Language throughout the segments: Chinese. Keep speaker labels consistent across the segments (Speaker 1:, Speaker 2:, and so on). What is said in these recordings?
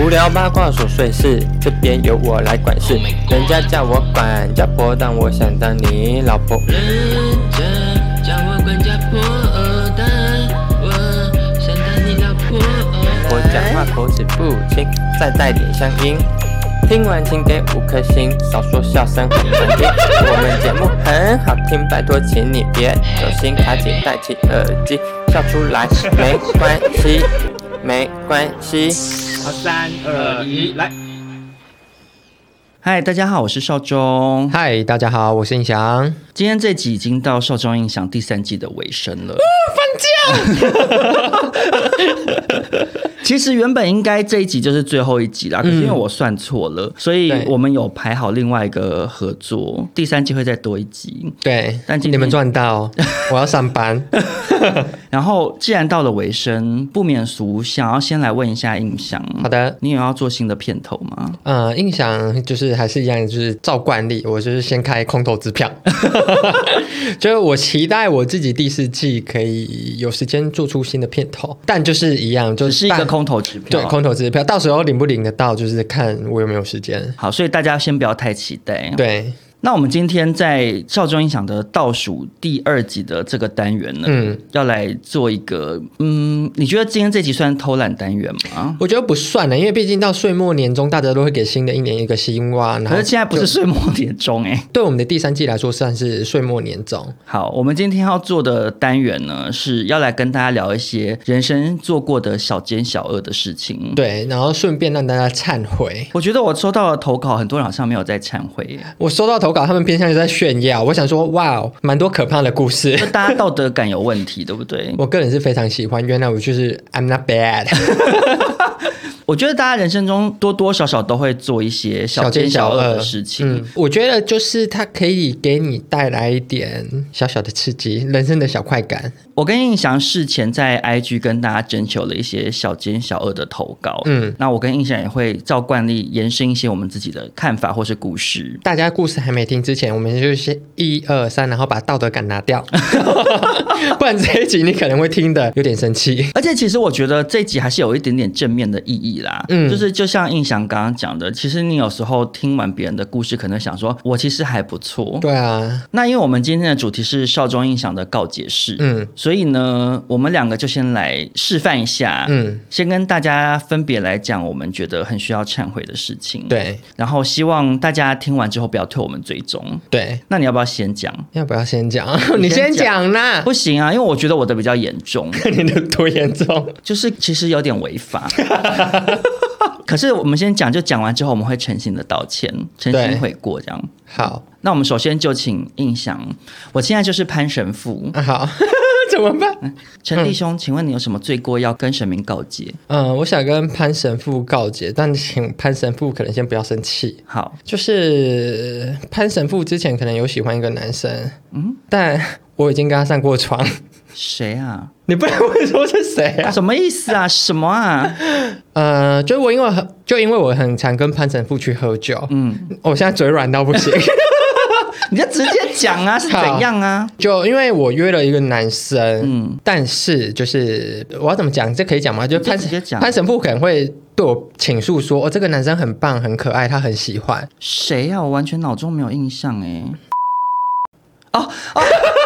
Speaker 1: 无聊八卦琐碎事，这边由我来管
Speaker 2: Oh
Speaker 1: 事。人家叫我管家婆，但我想当你老婆。
Speaker 3: 人家嗯叫我管家婆，哦但我想当你老婆。哦
Speaker 1: 我讲话口齿不清，再带点乡音。听完请给五颗星，少说笑声很难听。我们节目很好听，拜托请你别走心，卡紧戴起耳机，笑出来没关 系，没关系。
Speaker 4: 好，三二一，来。
Speaker 2: 嗨，大家好，我是邵忠。
Speaker 5: 嗨，大家好，我是印翔。
Speaker 2: 今天这集已经到《少壮印象》第三季的尾声 了。其实原本应该这一集就是最后一集啦，
Speaker 5: 嗯
Speaker 2: 可是因为我算错了，所以
Speaker 5: 对
Speaker 2: 我们有排好另外一个合作，第三季会再多一集。
Speaker 5: 对，
Speaker 2: 但今
Speaker 5: 你
Speaker 2: 天
Speaker 5: 们赚 到，我要上班。
Speaker 2: 然后既然到了尾声，不免俗，想要先来问一下印象。
Speaker 5: 好的
Speaker 2: 你有要做新的片头吗？
Speaker 5: 呃，印象就是还是一样，就是照惯例，我就是先开空头支 票。 就是我期待我自己第四季可以有时间做出新的片头，但就是一样，就
Speaker 2: 只是一个
Speaker 5: 但
Speaker 2: 空头支票。
Speaker 5: 对空头支票，到时候领不领得到，就是看我有没有时间。
Speaker 2: 好，所以大家先不要太期待。
Speaker 5: 对，
Speaker 2: 那我们今天在少中音响的倒数第二集的这个单元呢，
Speaker 5: 嗯
Speaker 2: 要来做一个，嗯，你觉得今天这集算偷懒单元吗？
Speaker 5: 我觉得不算了，因为毕竟到岁末年终，大家都会给新的一年一个希望。然
Speaker 2: 可
Speaker 5: 后
Speaker 2: 是现在不是岁末年终哎、
Speaker 5: 对我们的第三季来说，算是岁末年终。
Speaker 2: 好，我们今天要做的单元呢，是要来跟大家聊一些人生做过的小奸小恶的事情。，
Speaker 5: 对，然后顺便让大家忏悔。
Speaker 2: 我觉得我收到的投稿，很多人好像没有在忏悔 耶，
Speaker 5: 我收到投稿，他们偏向是在炫耀。我想说，哇哦，蛮多可怕的故
Speaker 2: 就
Speaker 5: 事。
Speaker 2: 大家道德感有问题，对不 对？
Speaker 5: 我个人是非常喜欢，原来我就是 I'm not bad。
Speaker 2: 我觉得大家人生中多多少少都会做一些小奸小恶的事情。
Speaker 5: 嗯，我觉得就是它可以给你带来一点小小的刺激，人生的小快感。
Speaker 2: 我跟印翔事前在 IG 跟大家征求了一些小奸小恶的投稿，嗯
Speaker 5: 嗯，
Speaker 2: 那我跟印翔也会照惯例延伸一些我们自己的看法或是故事。
Speaker 5: 大家故事还没听之前，我们就先一二三，然后把道德感拿 掉，不然这一集你可能会听的有点生气。
Speaker 2: 而且其实我觉得这一集还是有一点点正面的意义啦，嗯，
Speaker 5: 嗯
Speaker 2: 就是就像印翔刚刚讲的，其实你有时候听完别人的故事，可能想说我其实还不错。
Speaker 5: 对啊，
Speaker 2: 那因为我们今天的主题是少中印象的告解式，嗯
Speaker 5: 嗯，
Speaker 2: 所以呢，我们两个就先来示范一下，嗯
Speaker 5: 嗯，
Speaker 2: 先跟大家分别来讲我们觉得很需要忏悔的事情，，
Speaker 5: 对
Speaker 2: 然后希望大家听完之后不要退我们追踪。
Speaker 5: 对，
Speaker 2: 那你要不要先讲？
Speaker 5: 要不要先讲？ 你
Speaker 2: 你先
Speaker 5: 先讲啦。
Speaker 2: 不行啊，因为我觉得我的比较严 重，
Speaker 5: 你的多严重？
Speaker 2: 就是其实有点违法。 可是我们先讲，就讲完之后我们会诚心的道歉，诚
Speaker 5: 对
Speaker 2: 心悔过这样。
Speaker 5: 好，
Speaker 2: 那我们首先就请印象，我现在就是潘神父，
Speaker 5: 啊好， 怎么
Speaker 2: 嗯
Speaker 5: 办？
Speaker 2: 陈弟兄，请问你有什么罪过要跟神明告诫？
Speaker 5: 嗯，我想跟潘神父告解，但请潘神父可能先不要生气。
Speaker 2: 好，
Speaker 5: 就是呃潘神父之前可能有喜欢一个男生，嗯，但我已经跟他上过床，
Speaker 2: 谁啊？
Speaker 5: 你不然会说是谁啊？
Speaker 2: 什么意思啊？什么 啊？
Speaker 5: 呃，就我因为很就因为我很常跟潘神父去喝酒，
Speaker 2: 嗯
Speaker 5: 嗯，我现在嘴软到不 行。
Speaker 2: 你就直接讲啊，是怎样啊？
Speaker 5: 就因为我约了一个男生，
Speaker 2: 嗯
Speaker 5: 嗯，但是就是我要怎么讲，这可以讲吗？就
Speaker 2: 你就
Speaker 5: 潘
Speaker 2: 直接讲
Speaker 5: 潘神父可能会对我倾诉说，哦，这个男生很棒，很可爱，他很喜欢。
Speaker 2: 谁啊？我完全脑中没有印象哎、哦哦，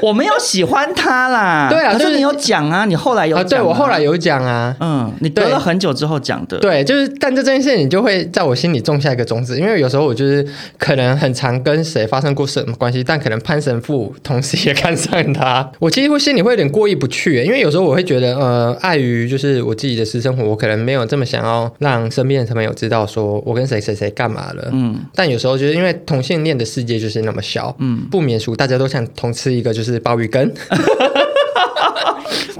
Speaker 2: 我没有喜欢他啦。
Speaker 5: 对啊
Speaker 2: 可
Speaker 5: 就是是
Speaker 2: 你有讲啊，你后来有
Speaker 5: 啊，
Speaker 2: 讲、
Speaker 5: 对我后来，有讲啊，
Speaker 2: 嗯，你隔
Speaker 5: 对
Speaker 2: 了很久之后讲的。，
Speaker 5: 对，就是但这件事你就会在我心里种下一个种子，因为有时候我就是可能很常跟谁发生过什么关系，但可能潘神父 同时也看上他，我其实会心里会有点过意不去，欸因为有时候我会觉得，呃，碍于就是我自己的私生活，我可能没有这么想要让身边的朋友知道说我跟谁谁谁干嘛了，
Speaker 2: 嗯，
Speaker 5: 但有时候就是因为同性恋的世界就是那么小，嗯，不免俗，大家都想同吃一个就是鲍鱼羹。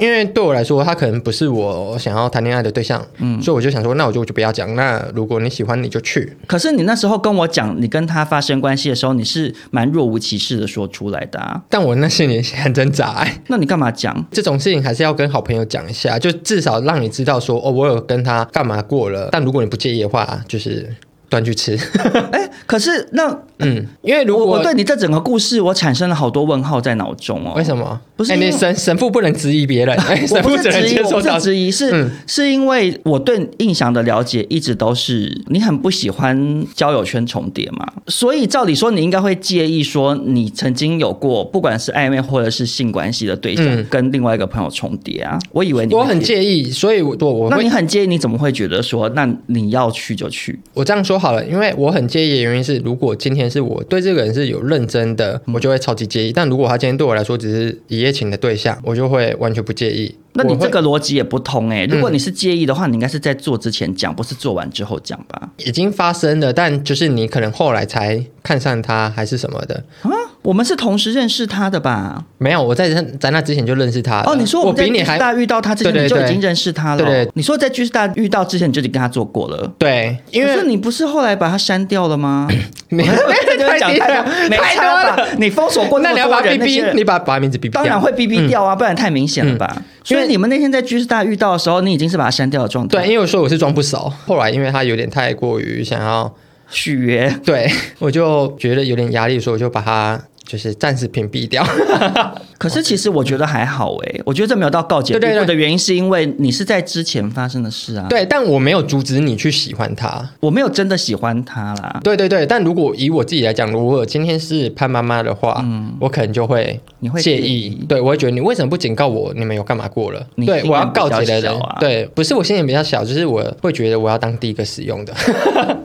Speaker 5: 因为对我来说，他可能不是我想要谈恋爱的对象，嗯，所以我就想说，那我就就不要讲。那如果你喜欢，你就去。
Speaker 2: 可是你那时候跟我讲你跟他发生关系的时候，你是蛮若无其事的说出来的啊。
Speaker 5: 但我那些年很挣扎、哎
Speaker 2: 那你干嘛讲？
Speaker 5: 这种事情还是要跟好朋友讲一下，就至少让你知道说，哦，我有跟他干嘛过了。但如果你不介意的话，就是端去吃。
Speaker 2: 哎，可是那
Speaker 5: 嗯，因为如
Speaker 2: 我
Speaker 5: 果
Speaker 2: 我对你这整个故事，我产生了好多问号在脑中哦。
Speaker 5: 为什么？
Speaker 2: 不是
Speaker 5: 哎
Speaker 2: 因为
Speaker 5: 你神神父不能质疑别人，哎
Speaker 2: 我
Speaker 5: 神
Speaker 2: 不
Speaker 5: 父
Speaker 2: 是
Speaker 5: 只能
Speaker 2: 质疑，
Speaker 5: 接
Speaker 2: 我
Speaker 5: 受
Speaker 2: 不是
Speaker 5: 他。
Speaker 2: 质疑，是、
Speaker 5: 嗯
Speaker 2: 是因为我对印象的了解一直都是你很不喜欢交友圈重叠嘛，所以照理说你应该会介意说你曾经有过不管是暧昧或者是性关系的对象、
Speaker 5: 嗯
Speaker 2: 跟另外一个朋友重叠啊，我以为你会
Speaker 5: 我很
Speaker 2: 意，
Speaker 5: 介意，所以我我我
Speaker 2: 那
Speaker 5: 会
Speaker 2: 你很介意，你怎么会觉得说那你要去就去？
Speaker 5: 我这样说好了，因为我很介意的原因是，如果今天是我对这个人是有认真的，
Speaker 2: 嗯
Speaker 5: 我就会超级介意；但如果他今天对我来说只是一夜情的对象，我就会完全不介意。
Speaker 2: 那你
Speaker 5: 我会
Speaker 2: 这个逻辑也不通哎、如果你是介意的话，你应该是在做之前讲，不是做完之后讲吧？
Speaker 5: 已经发生了，但就是你可能后来才看上他还是什么的，
Speaker 2: 啊，我们是同时认识他的吧？
Speaker 5: 没有，我在在在那之前就认识他了。
Speaker 2: 哦，你说
Speaker 5: 啊我
Speaker 2: 们在
Speaker 5: 比你
Speaker 2: 巨石
Speaker 5: 还
Speaker 2: 大遇到他之前，
Speaker 5: 对对
Speaker 2: 你就已
Speaker 5: 对
Speaker 2: 经认识他了哦。
Speaker 5: 对对
Speaker 2: 你说在巨石大遇到之前，你就已经跟他做过了。
Speaker 5: 对，因
Speaker 2: 可
Speaker 5: 为
Speaker 2: 是你不是后来把他删掉 了吗？
Speaker 5: 你
Speaker 2: 这边讲
Speaker 5: 太低
Speaker 2: 太
Speaker 5: 了
Speaker 2: 没
Speaker 5: 太多
Speaker 2: 差吧
Speaker 5: 了？
Speaker 2: 你封锁过
Speaker 5: 那
Speaker 2: 么
Speaker 5: 你要
Speaker 2: 多
Speaker 5: 把他
Speaker 2: 人
Speaker 5: B
Speaker 2: 那些
Speaker 5: B，
Speaker 2: 人
Speaker 5: 你把把名字 B B
Speaker 2: 当然会 B B 掉啊，不然太明显了吧？
Speaker 5: 因
Speaker 2: 所
Speaker 5: 为
Speaker 2: 以你们那天在巨石大遇到的时候，你已经是把他删掉的状态。
Speaker 5: 对，因为我说我是装不熟，后来因为他有点太过于想要，
Speaker 2: 续约。
Speaker 5: 对我就觉得有点压力，所以我就把他就是暂时屏蔽掉。
Speaker 2: 啊可是其实我觉得还好诶、我觉得这没有到告解
Speaker 5: 对对对
Speaker 2: 地步的原因，是因为你是在之前发生的事啊。，
Speaker 5: 对，但我没有阻止你去喜欢他。
Speaker 2: 我没有真的喜欢他啦，
Speaker 5: 对对对，但如果以我自己来讲，如果今天是潘妈妈的话，我可能就会
Speaker 2: 嗯你会
Speaker 5: 介
Speaker 2: 介
Speaker 5: 意，对我会觉得你为什么不警告我？你们有干嘛过了？
Speaker 2: 你
Speaker 5: 对
Speaker 2: 心眼
Speaker 5: 我要告解的
Speaker 2: 比较
Speaker 5: 人，
Speaker 2: 小啊
Speaker 5: 对，不是我心眼比较小，就是我会觉得我要当第一个使用的。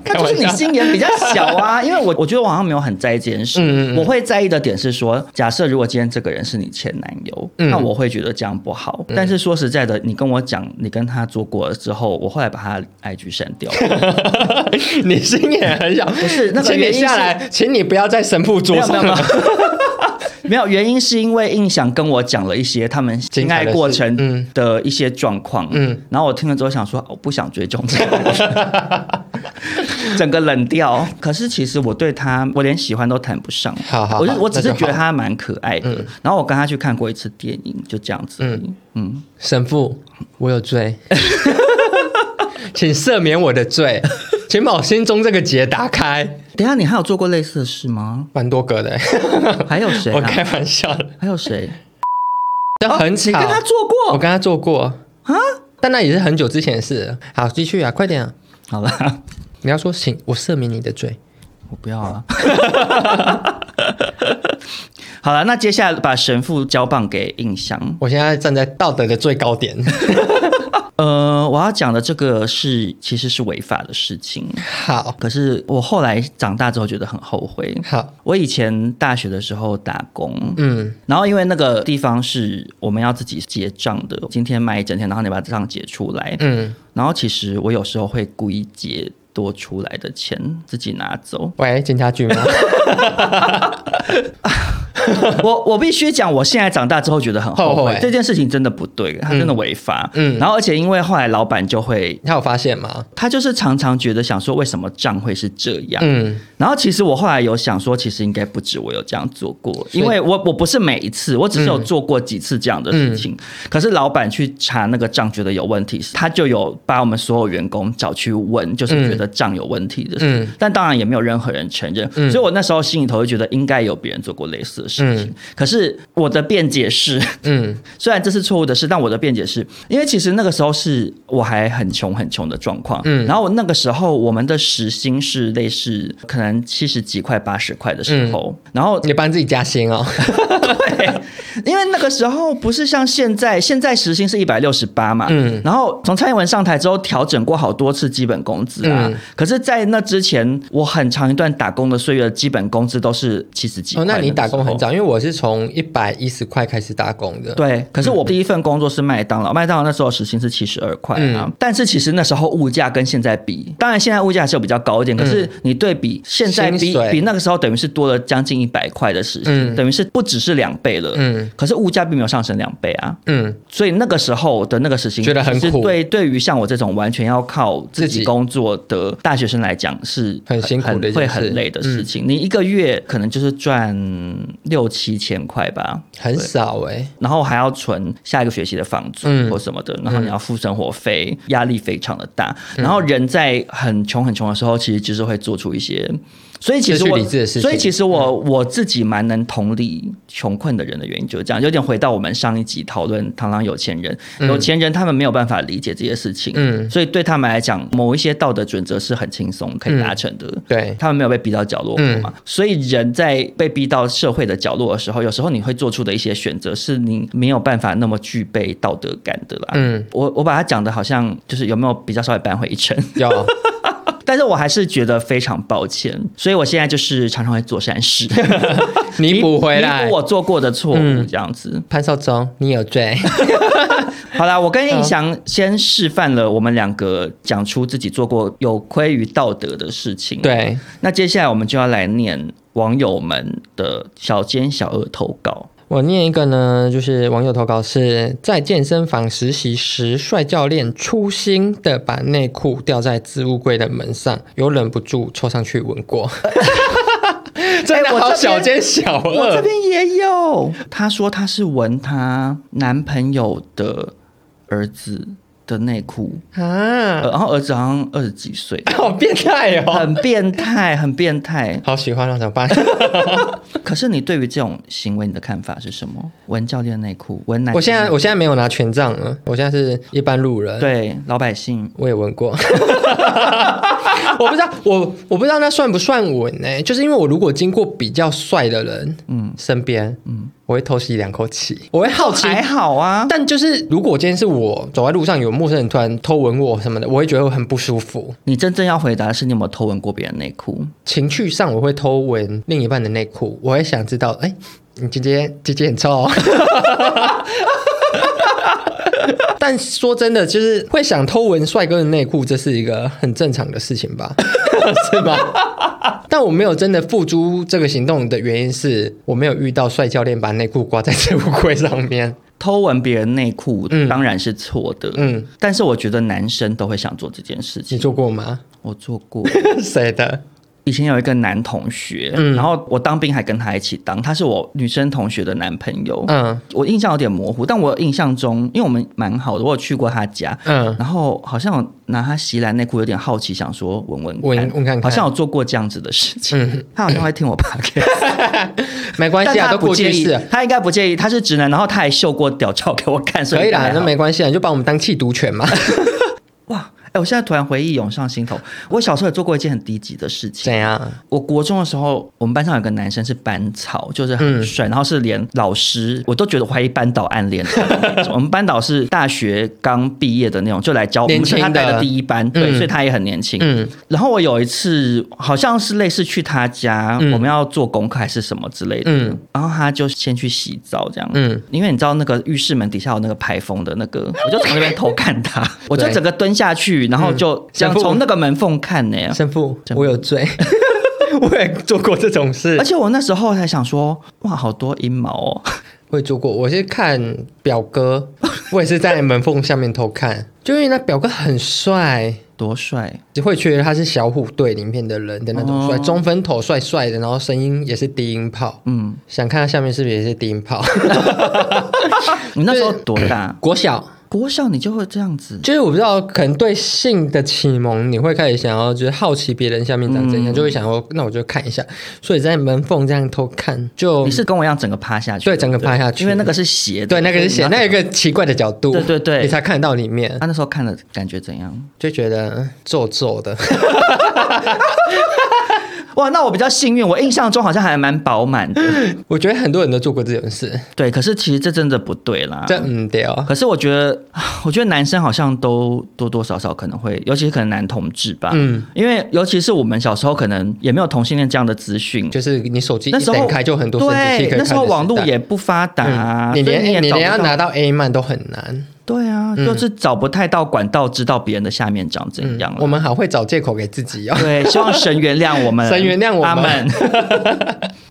Speaker 2: 那就是你心眼比较小啊，因为我我觉得我好像没有很在意这件事。
Speaker 5: 嗯嗯嗯
Speaker 2: 我会在意的点是说，假设如果今天这个人是你前男友，
Speaker 5: 嗯
Speaker 2: 那我会觉得这样不好。但是说实在的，你跟我讲你跟他做过了之后，我后来把他 IG 删掉了。
Speaker 5: 你心眼很小，
Speaker 2: 不是那个
Speaker 5: 请
Speaker 2: 原
Speaker 5: 你
Speaker 2: 因是
Speaker 5: 下来，请你不要在神父桌
Speaker 2: 没有
Speaker 5: 上
Speaker 2: 没有。 没有，原因是因为印象跟我讲了一些他们性爱过程的一些状况，嗯
Speaker 5: 嗯，
Speaker 2: 然后我听了之后想说，哦我、不想追踪这个人 整个冷掉。可是其实我对他，我连喜欢都谈不上，
Speaker 5: 好好好
Speaker 2: 我就我只是
Speaker 5: 那就好嗯
Speaker 2: 觉得他蛮可爱的。然后我跟他去看过一次电影，就这样子而已，嗯
Speaker 5: 神父，我有罪，请赦免我的罪，请把我心中这个结打开。
Speaker 2: 等一下，你还有做过类似的事吗？
Speaker 5: 蛮多个的，
Speaker 2: 还有谁、
Speaker 5: 我
Speaker 2: 啊？
Speaker 5: 开玩笑的，
Speaker 2: 还有谁？
Speaker 5: 这很
Speaker 2: 你
Speaker 5: 巧。
Speaker 2: 跟他做
Speaker 5: 我
Speaker 2: 过？
Speaker 5: 跟他做过啊，但那也是很久之前的事了。好，继续啊，快点啊！
Speaker 2: 好了，
Speaker 5: 你要说请我赦免你的罪，
Speaker 2: 我不要啊。 好了，那接下来把神父交棒给印象。
Speaker 5: 我现在站在道德的最高点。
Speaker 2: 呃，我要讲的这个是其实是违法的事情，
Speaker 5: 好
Speaker 2: 可是我后来长大之后觉得很后悔。
Speaker 5: 好，
Speaker 2: 我以前大学的时候打工，
Speaker 5: 嗯
Speaker 2: 然后因为那个地方是我们要自己结账的，今天卖一整天，然后你把账结出来，
Speaker 5: 嗯，
Speaker 2: 然后其实我有时候会故意结多出来的钱自己拿走，
Speaker 5: 喂，警察局吗？
Speaker 2: 我我必须讲，我现在长大之后觉得很后
Speaker 5: 后
Speaker 2: 悔
Speaker 5: 悔，
Speaker 2: 这件事情真的不对，他真的违法。嗯，
Speaker 5: 嗯
Speaker 2: 然后而且因为后来老板就会，
Speaker 5: 他有发现吗？
Speaker 2: 他就是常常觉得想说，为什么账会是这样？
Speaker 5: 嗯，
Speaker 2: 然后其实我后来有想说，其实应该不止我有这样做过，
Speaker 5: 以嗯
Speaker 2: 因为我我不是每一次，我只是有做过几次这样的事情。可是老板去查那个账，觉得有问题，他就有把我们所有员工找去问，就是觉得账有问题的事。
Speaker 5: 嗯
Speaker 2: 但当然也没有任何人承认，所以我那时候心里头就觉得应该有别人做过类似的事情。可是我的辩解是，
Speaker 5: 嗯
Speaker 2: 虽然这是错误的事，但我的辩解是因为其实那个时候是我还很穷很穷的状况，嗯，然后我那个时候我们的时薪是类似可能七十几块八十块的时候，然后
Speaker 5: 你帮自己加薪哦。
Speaker 2: 因为那个时候不是像现在，现在时薪是一百六十八嘛，嗯
Speaker 5: 嗯，
Speaker 2: 然后从蔡英文上台之后调整过好多次基本工资啊，
Speaker 5: 嗯
Speaker 2: 可是，在那之前我很长一段打工的岁月，基本工资都是七十几块、
Speaker 5: 哦，那你打工很
Speaker 2: 早。
Speaker 5: 早，因为我是从一百一十块开始打工的。，
Speaker 2: 对，可是我第一份工作是麦当劳，麦当劳那时候时薪是七十二块啊，
Speaker 5: 嗯
Speaker 2: 但是其实那时候物价跟现在比，当然现在物价是有比较高一点，可是你对比现在
Speaker 5: 嗯薪
Speaker 2: 比
Speaker 5: 水
Speaker 2: 比那个时候等于是多了将近一百块的时薪，
Speaker 5: 嗯
Speaker 2: 等于是不只是两倍了，
Speaker 5: 嗯
Speaker 2: 可是物价并没有上升两倍啊，
Speaker 5: 嗯，
Speaker 2: 所以那个时候的那个时薪，
Speaker 5: 觉得很
Speaker 2: 其实
Speaker 5: 苦
Speaker 2: 对，对于像我这种完全要靠自
Speaker 5: 自
Speaker 2: 己
Speaker 5: 己
Speaker 2: 工作的大学生来讲，是
Speaker 5: 很辛苦的一件
Speaker 2: 会
Speaker 5: 事嗯
Speaker 2: 很累的事情。你一个月可能就是赚六七千块吧，
Speaker 5: 很
Speaker 2: 对
Speaker 5: 少哎、
Speaker 2: 然后还要存下一个学期的房租
Speaker 5: 嗯
Speaker 2: 或什么的，然后你要付生活费，压力非常的大。
Speaker 5: 嗯
Speaker 2: 然后人在很穷很穷的时候，其实就是会做出一些，所以其实
Speaker 5: 失去
Speaker 2: 我
Speaker 5: 理智的事情嗯
Speaker 2: 所以其实我我自己蛮能同理穷困的人的原因就是这样，有点回到我们上一集讨论螳螂有钱人，有钱人他们没有办法理解这些事情，
Speaker 5: 嗯
Speaker 2: 所以对他们来讲，某一些道德准则是很轻松
Speaker 5: 嗯
Speaker 2: 可以达成的，
Speaker 5: 对
Speaker 2: 他们没有被逼到角落过嘛，
Speaker 5: 嗯
Speaker 2: 所以人在被逼到社会的角落的时候，有时候你会做出的一些选择，是你没有办法那么具备道德感的啦。
Speaker 5: 嗯，
Speaker 2: 我我把它讲的好像就是有没有比较稍微扳回一城，
Speaker 5: 有
Speaker 2: 但是我还是觉得非常抱歉，所以我现在就是常常会做 善事，
Speaker 5: 弥补回来
Speaker 2: 弥补。我做过的错误
Speaker 5: 嗯
Speaker 2: 这样子。
Speaker 5: 潘少忠，你有 罪。
Speaker 2: 好啦，我跟印翔先示范了我们两个讲出自己做过有亏于道德的事情。。
Speaker 5: 对，
Speaker 2: 那接下来我们就要来念网友们的小尖小额投稿。
Speaker 5: 我念一个呢，就是网友投稿是在健身房实习时，帅教练粗心的把内裤掉在置物柜的门上，有忍不住凑上去闻过。 哎真的
Speaker 2: 我
Speaker 5: 好
Speaker 2: 这边
Speaker 5: 小奸小啊
Speaker 2: 我这
Speaker 5: 恶，
Speaker 2: 边也有，她说她是闻她男朋友的儿子的内裤，
Speaker 5: 啊，
Speaker 2: 呃然后儿子好像二十几岁，
Speaker 5: 好变态哦，
Speaker 2: 很变态， 很变态。
Speaker 5: 好喜欢哦，怎么 办？
Speaker 2: 可是你对于这种行为，你的看法是什么？闻教练内裤，闻男，
Speaker 5: 我现在我现在没有拿权杖了，我现在是一般路人。
Speaker 2: 对老百姓
Speaker 5: 我也闻过， 我不知道，我我不知道那算不算闻呢、就是因为我如果经过比较帅的人，嗯，身边，嗯，我会偷吸两口气，我会好奇。
Speaker 2: 还好啊，
Speaker 5: 但就是，如果今天是我走在路上，有陌生人突然偷闻我什么的，我会觉得很不舒服。
Speaker 2: 你真正要回答的是你有没有偷闻过别人内裤？
Speaker 5: 情趣上，我会偷闻另一半的内裤，我会想知道，哎、你姐姐姐姐很臭、哦。 但说真的，就是会想偷闻帅哥的内裤，这是一个很正常的事情吧？ 是吧？但我没有真的付诸这个行动的原因是，我没有遇到帅教练把内裤挂在置物柜上面。
Speaker 2: 偷闻别人内裤
Speaker 5: 嗯
Speaker 2: 当然是错的，
Speaker 5: 嗯，
Speaker 2: 但是我觉得男生都会想做这件事
Speaker 5: 你
Speaker 2: 情。
Speaker 5: 做过吗？
Speaker 2: 我做过，
Speaker 5: 谁的？
Speaker 2: 以前有一个男同学，
Speaker 5: 嗯
Speaker 2: 然后我当兵还跟他一起当，他是我女生同学的男朋友。
Speaker 5: 嗯
Speaker 2: 我印象有点模糊，但我印象中，因为我们蛮好的，我有去过他家，
Speaker 5: 嗯，
Speaker 2: 然后好像有拿他洗蓝内裤，有点好奇，想说闻闻
Speaker 5: 闻闻看看
Speaker 2: 好像有做过这样子的事情。他好像会听我 p o
Speaker 5: 没关
Speaker 2: 但
Speaker 5: 系啊，
Speaker 2: 他
Speaker 5: 都
Speaker 2: 不
Speaker 5: 过
Speaker 2: 介
Speaker 5: 去
Speaker 2: 意
Speaker 5: 式了。，
Speaker 2: 他应该不介意，他是直男，然后他还秀过屌照给我看，所以
Speaker 5: 可以啦，
Speaker 2: 还好
Speaker 5: 那没关系啊，你就把我们当弃毒犬 嘛。
Speaker 2: 哇。哎、我现在突然回忆涌上心头，我小时候也做过一件很低级的事情
Speaker 5: 怎。样？
Speaker 2: 我国中的时候，我们班上有个男生是班草，就是
Speaker 5: 嗯
Speaker 2: 很帅，然后是连老师我都觉得怀疑班导暗恋他。 我们班导是大学刚毕业的那种，就来教我
Speaker 5: 年
Speaker 2: 们，
Speaker 5: 轻
Speaker 2: 是
Speaker 5: 的
Speaker 2: 他带的第一班，对，
Speaker 5: 嗯
Speaker 2: 所以他也很年轻。
Speaker 5: 嗯
Speaker 2: 然后我有一次好像是类似去他家，
Speaker 5: 嗯
Speaker 2: 我们要做功课还是什么之类的，
Speaker 5: 嗯
Speaker 2: 然后他就先去洗澡这样，
Speaker 5: 嗯
Speaker 2: 因为你知道那个浴室门底下有那个排风的那个，我就从那边偷看他， 我就整个蹲下去，然后
Speaker 5: 嗯
Speaker 2: 就这
Speaker 5: 神
Speaker 2: 样
Speaker 5: 父
Speaker 2: 从那个门缝看呢、
Speaker 5: 神父，
Speaker 2: 啊神父
Speaker 5: 我有罪， 我也做过这种事
Speaker 2: 而，且我那时候才想说，哇，好多阴毛哦！
Speaker 5: 我也做过。我是看表哥， 我也是在门缝下面偷看，就因为那表哥很帅，
Speaker 2: 多帅！
Speaker 5: 只会觉得他是小虎队里面的人的那
Speaker 2: 哦
Speaker 5: 种帅，中分头帅帅的，然后声音也是低音炮。
Speaker 2: 嗯，
Speaker 5: 想看他下面是不是也是低音 炮？
Speaker 2: 你那时候多大？
Speaker 5: 国小
Speaker 2: 国小你就会这样子，
Speaker 5: 就是我不知道，可能对性的启蒙，你会开始想要就是好奇别人下面长
Speaker 2: 嗯
Speaker 5: 怎样，就会想要那我就看一下，所以在门缝这样偷看，就
Speaker 2: 你是跟我一样整个趴下去，
Speaker 5: 对整个趴下去
Speaker 2: 因为那个是斜的，
Speaker 5: 对，那个是显，
Speaker 2: 所以
Speaker 5: 那
Speaker 2: 你
Speaker 5: 有
Speaker 2: 要
Speaker 5: 一个奇怪的角度，
Speaker 2: 对对对
Speaker 5: 你才看得到里面
Speaker 2: 他，那时候看了感觉怎样？
Speaker 5: 就觉得皱皱的。
Speaker 2: 哇，那我比较幸运，我印象中好像还蛮饱 满的。
Speaker 5: 我觉得很多人都做过这种事，
Speaker 2: 对，可是其实这真的不对啦。
Speaker 5: 这嗯对哦，
Speaker 2: 可是我觉得， 我觉得男生好像都多多少少可能会，尤其是可能男同志吧，
Speaker 5: 嗯，
Speaker 2: 因为尤其是我们小时候可能也没有同性恋这样的资讯，
Speaker 5: 就是你手机
Speaker 2: 那
Speaker 5: 一
Speaker 2: 时候
Speaker 5: 点开就很多生殖器
Speaker 2: 对
Speaker 5: 可以，看
Speaker 2: 那
Speaker 5: 的
Speaker 2: 时候网
Speaker 5: 时
Speaker 2: 络
Speaker 5: 代
Speaker 2: 也不发达、啊
Speaker 5: 嗯你
Speaker 2: 所以
Speaker 5: 连
Speaker 2: 你
Speaker 5: 你
Speaker 2: 也
Speaker 5: 连要
Speaker 2: 找不
Speaker 5: 拿嗯
Speaker 2: 到。
Speaker 5: 到 A 漫都很难。
Speaker 2: 对啊，就是找不太到啊 管道，知道别人的下面长怎样了。
Speaker 5: 嗯
Speaker 2: 啊
Speaker 5: 我们好会找借口给自己哦。
Speaker 2: 对，希望神原谅我们，
Speaker 5: 神原谅我们
Speaker 2: 阿门。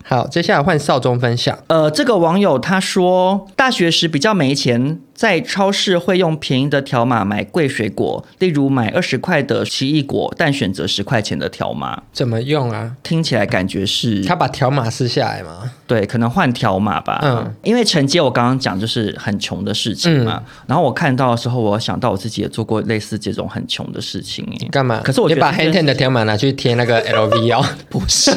Speaker 5: 好，接下来换少中分享。
Speaker 2: 呃，这个网友他说，大学时比较没钱，在超市会用便宜的条码买贵水果，例如买二十块的奇异果，但选择十块钱的条码。
Speaker 5: 怎么用啊？
Speaker 2: 听起来感觉是
Speaker 5: 他把条码撕下来吗？
Speaker 2: 对，可能换条码吧。
Speaker 5: 嗯，
Speaker 2: 因为承接我刚刚讲就是很穷的事情嘛。然后我看到的时候，我想到我自己也做过类似这种很穷的事情耶。
Speaker 5: 干嘛？
Speaker 2: 可是我觉
Speaker 5: 你
Speaker 2: 得
Speaker 5: 把
Speaker 2: 这件
Speaker 5: Hanten 的条码拿去贴那个 LV 哦，
Speaker 2: 不是。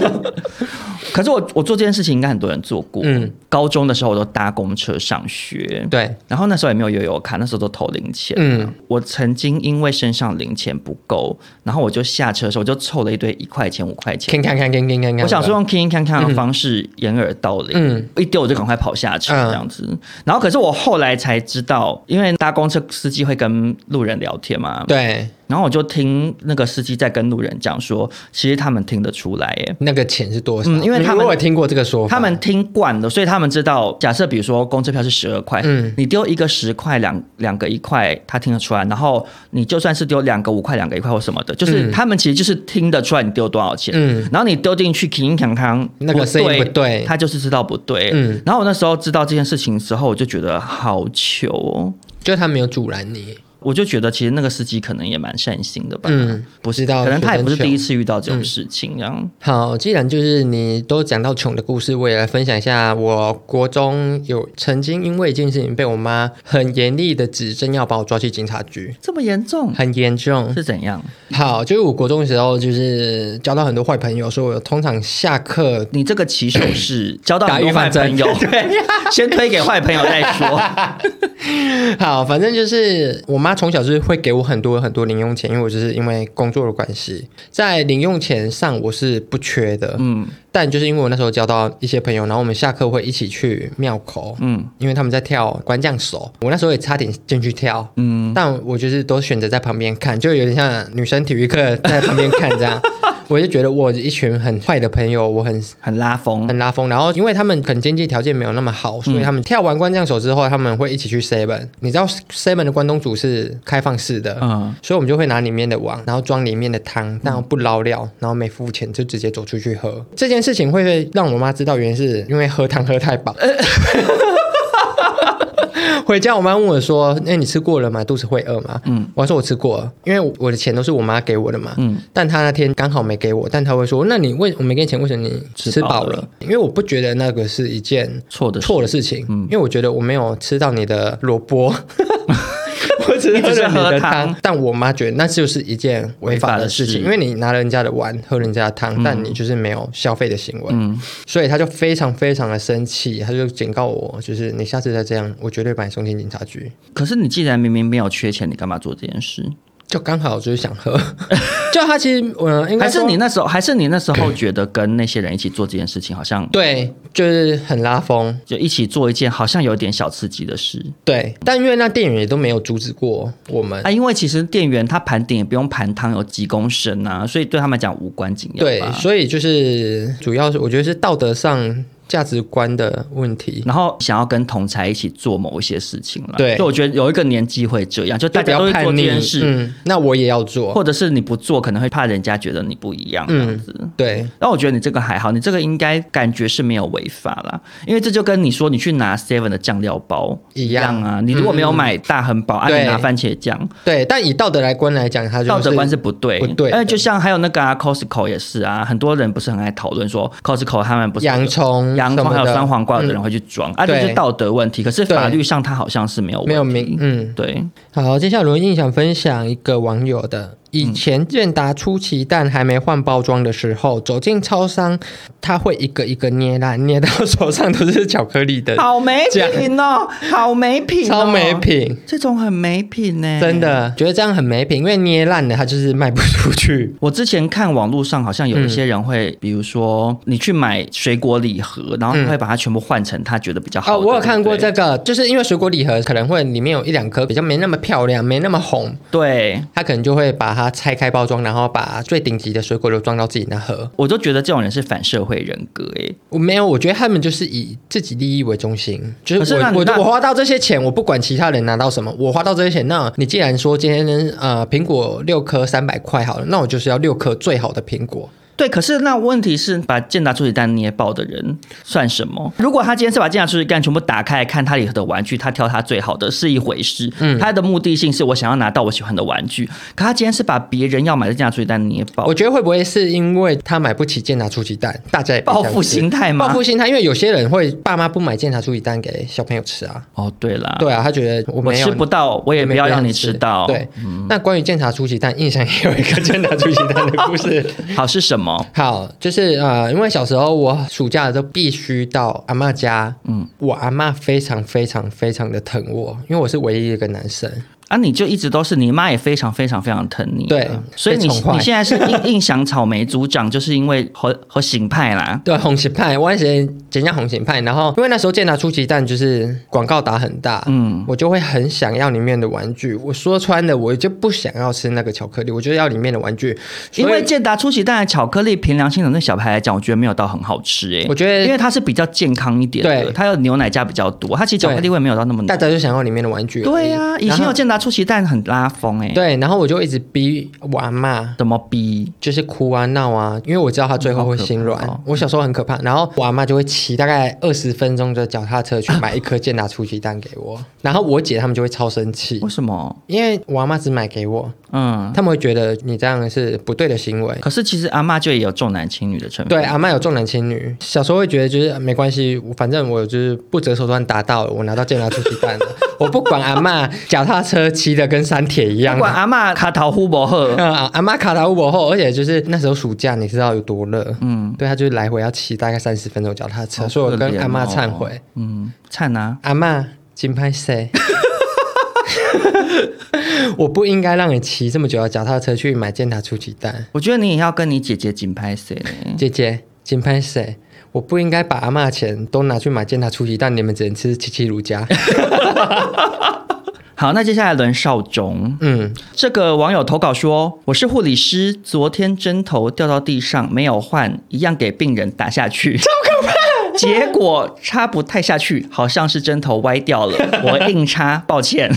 Speaker 2: 可是我我做这件事情应该很多人做过。
Speaker 5: 嗯
Speaker 2: 高中的时候我都搭公车上学。。
Speaker 5: 对，
Speaker 2: 然后那时候也没有悠游卡，那时候都投零钱。
Speaker 5: 嗯，
Speaker 2: 我曾经因为身上零钱不够，然后我就下车的时候我就凑了一堆一块钱、五块钱。
Speaker 5: 看看看看看看看，
Speaker 2: 我想说用 king king king 的方式掩耳盗铃，
Speaker 5: 嗯
Speaker 2: 一丢我就赶快跑下车
Speaker 5: 嗯
Speaker 2: 这样子。然后可是我后来才知道，因为搭公车司机会跟路人聊天嘛，。
Speaker 5: 对，
Speaker 2: 然后我就听那个司机在跟路人讲说，其实他们听得出来耶。
Speaker 5: 那个钱是多少？
Speaker 2: 嗯因为他们
Speaker 5: 我有听过这个说法，
Speaker 2: 他们听惯了，所以他们知道。假设比如说公车票是十二块，
Speaker 5: 嗯
Speaker 2: 你丢一个十块，两两个一块，他听得出来。然后你就算是丢两个五块，两个一块或什么的，就是、
Speaker 5: 嗯
Speaker 2: 他们其实就是听得出来你丢多少钱。
Speaker 5: 嗯
Speaker 2: 然后你丢进去，铿铿锵锵，
Speaker 5: 那个声音不对
Speaker 2: 他就是知道不对。
Speaker 5: 嗯
Speaker 2: 然后我那时候知道这件事情之后，我就觉得好糗哦。
Speaker 5: 就他没有阻拦你，
Speaker 2: 我就觉得其实那个司机可能也蛮善心的吧，
Speaker 5: 嗯，不知道，嗯
Speaker 2: 可能他也不是第一
Speaker 5: 次。
Speaker 2: 次遇到这种事情，这样。
Speaker 5: 好，既然就是你都讲到穷的故事，我也来分享一下。我国中有曾经因为一件事情被我妈很严厉的指证，要把我抓去警察局，
Speaker 2: 这么严重
Speaker 5: 很严重。
Speaker 2: 是怎样？
Speaker 5: 好，就是我国中的时候，就是交到很多坏朋友，所以我通常下课
Speaker 2: 你这个起手 是交到
Speaker 5: 打
Speaker 2: 很
Speaker 5: 预
Speaker 2: 多坏
Speaker 5: 防针
Speaker 2: 朋友，对， 先推给坏朋友再说。
Speaker 5: 好，反正就是我妈从小就是会给我很多很多零用钱，因为我就是因为工作的关系，在零用钱上我是不缺的，
Speaker 2: 嗯
Speaker 5: 但就是因为我那时候交到一些朋友，然后我们下课会一起去庙口，
Speaker 2: 嗯
Speaker 5: 因为他们在跳关将手，我那时候也差点进去跳，
Speaker 2: 嗯，
Speaker 5: 但我就是都选择在旁边看，就有点像女生体育课在旁边看这样。 我就觉得我有一群很坏的朋友，我很
Speaker 2: 很拉风嗯
Speaker 5: 很。拉风。然后因为他们可能经济条件没有那么好，所以他们跳完关将手之后，他们会一起去 Seven。你知道 Seven 的关东煮是开放式的，
Speaker 2: 嗯
Speaker 5: 所以我们就会拿里面的碗，然后装里面的汤，但不捞料，然后没付钱就直接走出去喝。这件事情会让我妈知道，原因是因为喝汤喝太饱。回家，我妈问我说：“那、你吃过了吗？肚子会饿吗？”嗯，我说我吃过了，因为我的钱都是我妈给我的嘛。嗯，但她那天刚好没给我，但她会说：“那你为我没给你钱，为什么你吃饱
Speaker 2: 吃饱
Speaker 5: 了
Speaker 2: 了？”
Speaker 5: 因为我不觉得那个是一件
Speaker 2: 错的事
Speaker 5: 错的事情，
Speaker 2: 嗯
Speaker 5: 因为我觉得我没有吃到你的萝卜。 我只
Speaker 2: 你只是
Speaker 5: 了你
Speaker 2: 喝
Speaker 5: 的
Speaker 2: 汤
Speaker 5: 但我妈觉得那就是一件违法的事情，
Speaker 2: 违法的事嗯
Speaker 5: 因为你拿人家的碗喝人家的汤，但你就是没有消费的行为，所以她就非常非常的生气，她就警告我，就是你下次再这样，我绝对把你送进警察局。
Speaker 2: 可是你既然明明没有缺钱，你干嘛做这件事？
Speaker 5: 就刚好就是想 喝，就她其实嗯，应该
Speaker 2: 还是
Speaker 5: 说
Speaker 2: 你那时候，还是你那时候觉得跟那些人一起做这件事情，好像
Speaker 5: 对，就是很拉风，
Speaker 2: 就一起做一件好像有点小刺激的事
Speaker 5: 对，但因为那店员也都没有阻止过我们，
Speaker 2: 啊？因为其实店员他盘点也不用盘汤有几公升啊，所以对他们讲无关紧要
Speaker 5: 对
Speaker 2: 吧，
Speaker 5: 所以就是主要是我觉得是道德上价值观的问题。
Speaker 2: 然后想要跟同才一起做某一些事情了。
Speaker 5: 对
Speaker 2: 所以我觉得有一个年纪会这样，就大
Speaker 5: 就不
Speaker 2: 家
Speaker 5: 要
Speaker 2: 都会做
Speaker 5: 叛
Speaker 2: 这
Speaker 5: 逆
Speaker 2: 件，事，
Speaker 5: 嗯，那我也要做
Speaker 2: 或，者是你不做，可能会怕人家觉得你不一样这
Speaker 5: 嗯
Speaker 2: 样子。
Speaker 5: 对，
Speaker 2: 但我觉得你这个还好，你这个应该感觉是没有违法啦，因为这就跟你说你去拿 Seven 的酱料包
Speaker 5: 一样嗯
Speaker 2: 啊。你如果没有买大亨堡，啊，
Speaker 5: 对
Speaker 2: 你拿番茄酱，
Speaker 5: 对。但以道德来观来讲，它就是
Speaker 2: 道德观是不对。
Speaker 5: 不对的
Speaker 2: 哎，就像还有那个啊，Costco 也是啊，很多人不是很爱讨论说 Costco 他们不是
Speaker 5: 洋葱、
Speaker 2: 洋葱还有酸
Speaker 5: 酸
Speaker 2: 黄瓜，有的人会去装，啊，
Speaker 5: 嗯
Speaker 2: 这
Speaker 5: 对
Speaker 2: 是道德问题。可是法律上它好像是没有问题
Speaker 5: 没有明，嗯。
Speaker 2: 对，
Speaker 5: 好，接下来轮印想分享一个网友的，以前健达出奇蛋还没换包装的时候，走进超商，他会一个一个捏烂，捏到手上都是巧克力的，
Speaker 2: 好没
Speaker 5: 嗯这样
Speaker 2: 品哦，好没品、
Speaker 5: 超
Speaker 2: 哦，
Speaker 5: 没，品。
Speaker 2: 这种很没品呢、
Speaker 5: 真。的哎觉得这样很没品，因为捏烂了它就是卖不出去。
Speaker 2: 我之前看网络上好像有一
Speaker 5: 嗯
Speaker 2: 些人会，比如说你去买水果礼盒，然后他会把它全部换成他觉得比较好
Speaker 5: 嗯哦，
Speaker 2: 的。
Speaker 5: 我有看过
Speaker 2: 对
Speaker 5: 这个，就是因为水果礼盒可能会里面有一两颗比较没那么漂亮、没那么红，
Speaker 2: 不对。对
Speaker 5: 他可能就会把它拆开包装，然后把最顶级的水果都装到自己那盒。
Speaker 2: 我就觉得这种人是反社会人格诶、
Speaker 5: 我没有，我觉得他们就是以自己利益为中心，就
Speaker 2: 可
Speaker 5: 是
Speaker 2: 是
Speaker 5: 我
Speaker 2: 那你
Speaker 5: 我
Speaker 2: 那
Speaker 5: 我花到这些钱，我不管其他人拿到什么，我花到这些钱，那你既然说今天呃苹果六颗三百块好了，那我就是要六颗最好的苹果。
Speaker 2: 对，可是那问题是，把健达出奇蛋捏爆的人算什么？如果他今天是把健达出奇蛋全部打开来看它里头的玩具，他挑他最好的是一回事，
Speaker 5: 嗯
Speaker 2: 他的目的性是我想要拿到我喜欢的玩具。可他今天是把别人要买的健达出奇蛋捏爆
Speaker 5: 我，觉得会不会是因为他买不起健达出奇蛋，大家也不
Speaker 2: 报
Speaker 5: 想
Speaker 2: 复
Speaker 5: 吃
Speaker 2: 心态吗
Speaker 5: 报？复心态，因为有些人会爸妈不买健达出奇蛋给小朋友吃啊。
Speaker 2: 哦，对啦，
Speaker 5: 对啊，他觉得我
Speaker 2: 我
Speaker 5: 没有
Speaker 2: 吃不到，我也不要让你吃到。嗯
Speaker 5: 对，，那关于健达出奇蛋，印象也有一个健达出奇蛋的故事。
Speaker 2: 好是什么？
Speaker 5: 好，就是呃，因为小时候我暑假都必须到阿嬷家，嗯，我阿嬷非常非常非常的疼我，因为我是唯一一个男生，
Speaker 2: 啊，你就一直都是你妈也非常非常非常疼你啊，
Speaker 5: 对
Speaker 2: 所以你
Speaker 5: 被宠坏
Speaker 2: 你现在是印印象草莓组长，就是因为和和醒派啦，
Speaker 5: 对，红旗派，我以前简叫红旗派，然后因为那时候健达出奇蛋就是广告打很大，嗯，我就会很想要里面的玩具。我说穿了，我就不想要吃那个巧克力，我就要里面的玩具，
Speaker 2: 因
Speaker 5: 所
Speaker 2: 为
Speaker 5: 以
Speaker 2: 健达出奇蛋的巧克力，凭良心讲，对小孩来讲，我觉得没有到很好吃诶、
Speaker 5: 我觉得
Speaker 2: 因为它是比较健康一点的，
Speaker 5: 对
Speaker 2: 它有牛奶加比较多，它其实巧克力味没有到那么
Speaker 5: 大
Speaker 2: 浓。
Speaker 5: 家就想要里面的玩具而已。
Speaker 2: 对呀、以前
Speaker 5: 然
Speaker 2: 有
Speaker 5: 后
Speaker 2: 健达出奇蛋很拉风诶、，
Speaker 5: 对，然后我就一直逼我阿嬷
Speaker 2: 怎么逼？
Speaker 5: 就是哭啊闹啊，因为我知道他最后会心软。
Speaker 2: 好可怕哦
Speaker 5: 我小时候很可怕，然后我阿妈就会骑大概二十分钟的脚踏车去买一颗健达出奇蛋给我，然后我姐他们就会超生气
Speaker 2: 为，什么？
Speaker 5: 因为我阿妈只买给我，
Speaker 2: 嗯，
Speaker 5: 他们会觉得你这样是不对的行为。
Speaker 2: 可是其实阿嬷就也有重男轻女的成分。
Speaker 5: 对，啊阿妈有重男轻女，小时候会觉得就是没关系，我反正我就是不择手段达到了，我拿到健达出奇蛋了， 我不管阿妈脚踏车骑的跟山铁一样
Speaker 2: 不。管阿嬷卡桃呼伯赫，
Speaker 5: 啊、阿妈卡达乌伯后，而且就是那时候暑假，你知道有多热，嗯，对，他就是来回要骑大概三十分钟脚踏车，
Speaker 2: 好
Speaker 5: 所以我
Speaker 2: 可
Speaker 5: 跟
Speaker 2: 怜
Speaker 5: 阿妈
Speaker 2: 哦
Speaker 5: 忏悔，
Speaker 2: 嗯，灿啊，
Speaker 5: 阿妈金牌谁？ 我不应该让你骑这么久的脚踏车去买健达出奇蛋，
Speaker 2: 我觉得你也要跟你姐姐紧拍谁呢？
Speaker 5: 姐姐金牌谁？我不应该把阿妈的钱都拿去买健达出奇蛋，你们只能吃七七乳加。
Speaker 2: 好，那接下来轮少中。
Speaker 5: 嗯，
Speaker 2: 这个网友投稿说：“我是护理师，昨天针头掉到地上没有换，一样给病人打下去，超可怕。结果插不太下去，好像是针头歪掉了，我硬插，抱歉，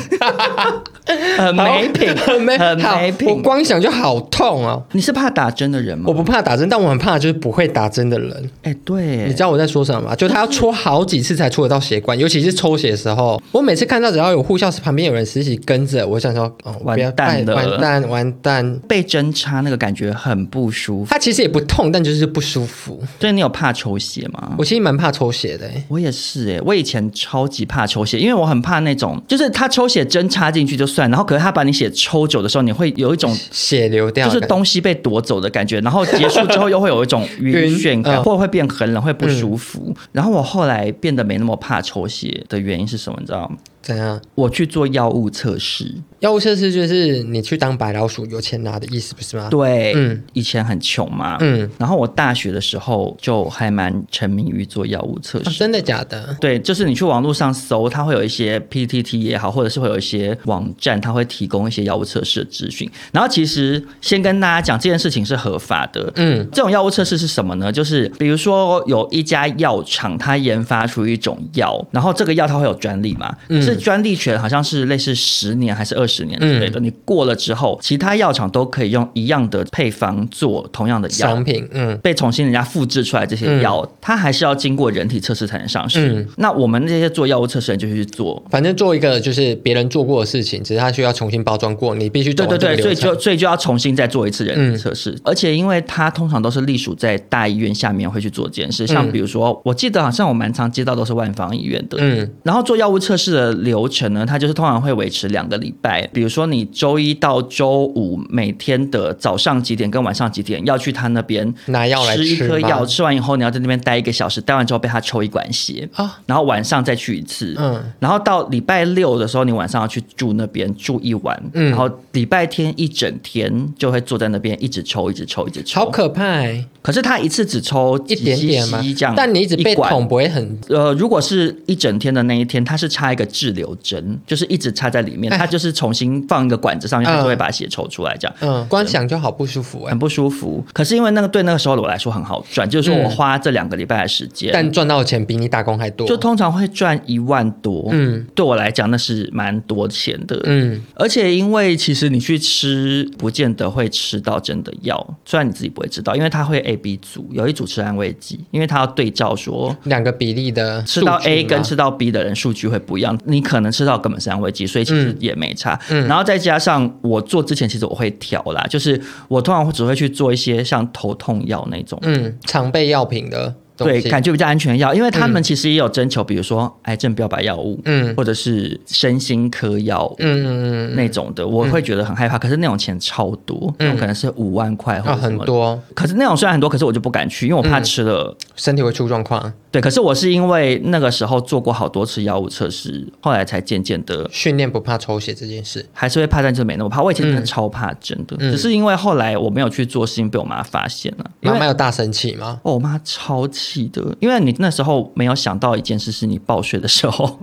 Speaker 2: 很没品，
Speaker 5: 很没
Speaker 2: 很
Speaker 5: 好
Speaker 2: 没
Speaker 5: 我
Speaker 2: 品。
Speaker 5: 光想就好痛哦。
Speaker 2: 你是怕打针的人吗
Speaker 5: 我？不怕打针，但我很怕就是不会打针的人。
Speaker 2: 哎、对，
Speaker 5: 你知道我在说什么吗？就他要戳好几次才戳得到血管，尤其是抽血的时候。我每次看到只要有护校旁边有人实习跟着，我想说，哦，我不要
Speaker 2: 完
Speaker 5: 带
Speaker 2: 蛋了
Speaker 5: 完蛋，完蛋。
Speaker 2: 被针插那个感觉很不舒服，
Speaker 5: 他其实也不痛，但就是不舒服。
Speaker 2: 所以你有怕抽血吗？”
Speaker 5: 我其实蛮怕抽血的、欸。
Speaker 2: 我也是哎、我以前超级怕抽血，因为我很怕那种，就是他抽血针插进去就算，然后可是他把你血抽走的时候，你会有一种
Speaker 5: 血流掉的
Speaker 2: 就是
Speaker 5: 感觉，
Speaker 2: 东西被夺走的感觉，然后结束之后又会有一种晕眩感，
Speaker 5: 嗯
Speaker 2: 或者会变很冷，会不舒服。然后我后来变得没那么怕抽血的原因是什么？你知道吗？
Speaker 5: 怎样？
Speaker 2: 我去做药物测试，
Speaker 5: 药物测试就是你去当白老鼠，有钱拿的意思，不是吗？
Speaker 2: 对，
Speaker 5: 嗯
Speaker 2: 以前很穷嘛，
Speaker 5: 嗯
Speaker 2: 然后我大学的时候就还蛮沉迷于做药物测
Speaker 5: 啊
Speaker 2: 试，
Speaker 5: 真的假的？
Speaker 2: 对，就是你去网络上搜，它会有一些 PTT 也好，或者是会有一些网站，它会提供一些药物测试的资讯。然后其实先跟大家讲，这件事情是合法的。
Speaker 5: 嗯，
Speaker 2: 这种药物测试是什么呢？就是比如说有一家药厂，它研发出一种药，然后这个药它会有专利嘛？可是专利权好像是类似十年还是二十年之类的，你过了之后，其他药厂都可以用一样的配方做同样的药
Speaker 5: 商。品，嗯，
Speaker 2: 被重新人家复制出来这些药，它还是要经过人体测试才能上市。
Speaker 5: 嗯
Speaker 2: 那我们这些做药物测试的人就去做。
Speaker 5: 反正做一个就是别人做过的事情，只是他需要重新包装过，你必须走
Speaker 2: 对对
Speaker 5: 完这个
Speaker 2: 对，所以
Speaker 5: 流程嗯
Speaker 2: 就所以就要重新再做一次人体测试，而且因为它通常都是隶属在大医院下面会去做这件事，像比如说，我记得好像我蛮常接到都是万方医院的，
Speaker 5: 嗯
Speaker 2: 然后做药物测试的流程呢，它就是通常会维持两个礼拜。比如说你周一到周五每天的早上几点跟晚上几点要去他那边
Speaker 5: 拿药来
Speaker 2: 吃一
Speaker 5: 吃
Speaker 2: 颗
Speaker 5: 吗
Speaker 2: 药，吃完以后你要在那边待一个小时，待完之后被他抽一管血
Speaker 5: 啊，
Speaker 2: 然后晚上再去一次。
Speaker 5: 嗯
Speaker 2: 然后到礼拜六的时候，你晚上要去住那边住一晚，
Speaker 5: 嗯
Speaker 2: 然后礼拜天一整天就会坐在那边一直抽，一直抽，一直抽。
Speaker 5: 好可怕、欸。
Speaker 2: 可是他一次只抽
Speaker 5: 一
Speaker 2: 几
Speaker 5: 点点嘛
Speaker 2: CC 这样，
Speaker 5: 但你一直被
Speaker 2: 管
Speaker 5: 捅不会很
Speaker 2: 呃，如果是一整天的那一天，它是插一个制滞留针，就是一直插在里面，它就是重新放一个管子上面，它就会把血抽出来，这样。
Speaker 5: 嗯，光想就好不舒服哎、
Speaker 2: 很不舒服，可是因为那个对那个时候的我来说很好赚，就是说我花这两个礼拜的时间，
Speaker 5: 但赚到的钱比你打工还多。
Speaker 2: 就通常会赚一万多，
Speaker 5: 嗯
Speaker 2: 嗯，对我来讲那是蛮多钱的，嗯，
Speaker 5: 嗯，
Speaker 2: 而且因为其实你去吃，不见得会吃到真的药，虽然你自己不会知道，因为它会 A B 组，有一组吃安慰剂，因为它要对照说。
Speaker 5: 两个比例的
Speaker 2: 吃到
Speaker 5: 数据
Speaker 2: A
Speaker 5: 嘛
Speaker 2: 跟吃到 B 的人数据会不一样，你可能吃到根本是安慰剂，所以其
Speaker 5: 嗯
Speaker 2: 实也没差。然后再加上我做之前，其实我会调啦，就是我通常只会去做一些像头痛药那种，
Speaker 5: 嗯常备药品的东
Speaker 2: 对，
Speaker 5: 西
Speaker 2: 感觉比较安全的药，因为他们其实也有征求，比如说癌症标靶药物，
Speaker 5: 嗯
Speaker 2: 或者是身心科药物。
Speaker 5: 嗯嗯嗯
Speaker 2: 那种的，我会觉得很害怕。可是那种钱超多，那种可能是五万块
Speaker 5: 嗯，
Speaker 2: 或
Speaker 5: 啊
Speaker 2: 者什
Speaker 5: 很
Speaker 2: 么的。
Speaker 5: 多嗯
Speaker 2: 可是那种虽然很多，可是我就不敢去，因为我怕吃了。
Speaker 5: 身体会出状况，
Speaker 2: 对，可是我是因为那个时候做过好多次药物测试，后来才渐渐的
Speaker 5: 训练不怕抽血这件事。
Speaker 2: 还是会怕，但就是没那么怕。我以前真的超怕针的，
Speaker 5: 嗯
Speaker 2: 只是因为后来我没有去做，事情被我妈发现了。因
Speaker 5: 妈
Speaker 2: 为
Speaker 5: 妈有大生气吗？
Speaker 2: 哦，我妈超气的，因为你那时候没有想到一件事，是你报税的时 候，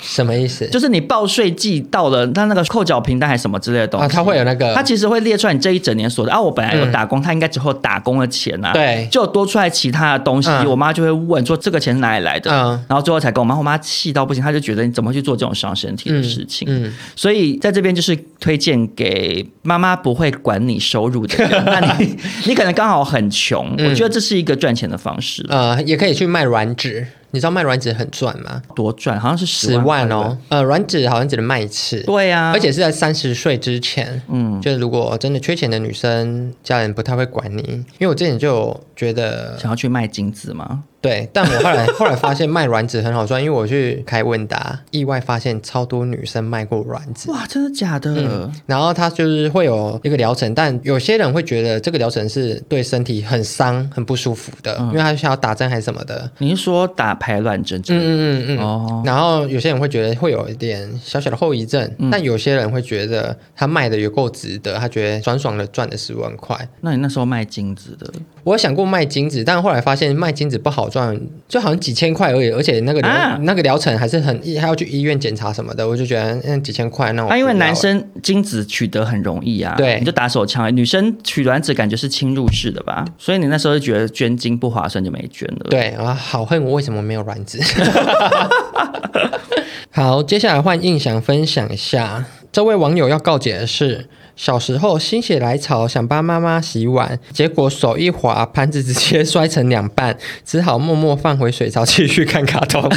Speaker 5: 什么意思？
Speaker 2: 就是你报税季到了，他那个扣缴凭单还是什么之类的东西，
Speaker 5: 啊，他会有那个，嗯
Speaker 2: 他其实会列出来你这一整年所得啊，我本来有打工，他应该只会有打工的钱啊，
Speaker 5: 对
Speaker 2: 就有多出来其他的东西，
Speaker 5: 嗯
Speaker 2: 我妈就会问说这个钱是哪里来的，
Speaker 5: 嗯
Speaker 2: 然后最后才跟我妈，我妈气到不行，她就觉得你怎么会去做这种伤身体的事情，
Speaker 5: 嗯嗯
Speaker 2: 所以在这边就是推荐给妈妈不会管你收入的人，那 你你可能刚好很穷，
Speaker 5: 嗯
Speaker 2: 我觉得这是一个赚钱的方式了，
Speaker 5: 呃，也可以去卖卵子。你知道卖卵子很赚吗？
Speaker 2: 多赚好像是
Speaker 5: 十
Speaker 2: 十
Speaker 5: 万
Speaker 2: 万
Speaker 5: 哦，，呃，卵子好像只能卖一次，
Speaker 2: 对呀、啊，
Speaker 5: 而且是在三十岁之前。
Speaker 2: 嗯，
Speaker 5: 就是如果真的缺钱的女生，家人不太会管你，因为我之前就有觉得
Speaker 2: 想要去卖金子吗？
Speaker 5: 对，但我后来 后来发现卖卵子很好赚，因为我去开问答，意外发现超多女生卖过卵子。
Speaker 2: 哇，真的假的？
Speaker 5: 然后它就是会有一个疗程，但有些人会觉得这个疗程是对身体很伤、很不舒服的，
Speaker 2: 嗯
Speaker 5: 因为它需要打针还是什么的。
Speaker 2: 你是说打排卵针之类的？
Speaker 5: 嗯嗯嗯嗯。
Speaker 2: 哦
Speaker 5: 然后有些人会觉得会有一点小小的后遗症，
Speaker 2: 嗯
Speaker 5: 但有些人会觉得他卖的也够值得，他觉得爽爽的赚了十万块。
Speaker 2: 那你那时候卖金子的
Speaker 5: 我有想过卖金子，但后来发现卖金子不好赚，就好像几千块而已，而且那个疗、
Speaker 2: 啊
Speaker 5: 那个疗程还是很还要去医院检查什么的，我就觉得嗯几千块那我不
Speaker 2: 啊，因为
Speaker 5: 要
Speaker 2: 男
Speaker 5: 了
Speaker 2: 生精子取得很容易啊，
Speaker 5: 对
Speaker 2: 你就打手枪。女生取卵子感觉是侵入式的吧，所以你那时候就觉得捐精不划算，就没捐了。，
Speaker 5: 对啊，好恨我为什么没有卵子。 好，接下来换印象分享一下，这位网友要告解的是。小时候心血来潮想帮妈妈洗碗，结果手一滑，盘子直接摔成两半，只好默默放回水槽继续看卡通。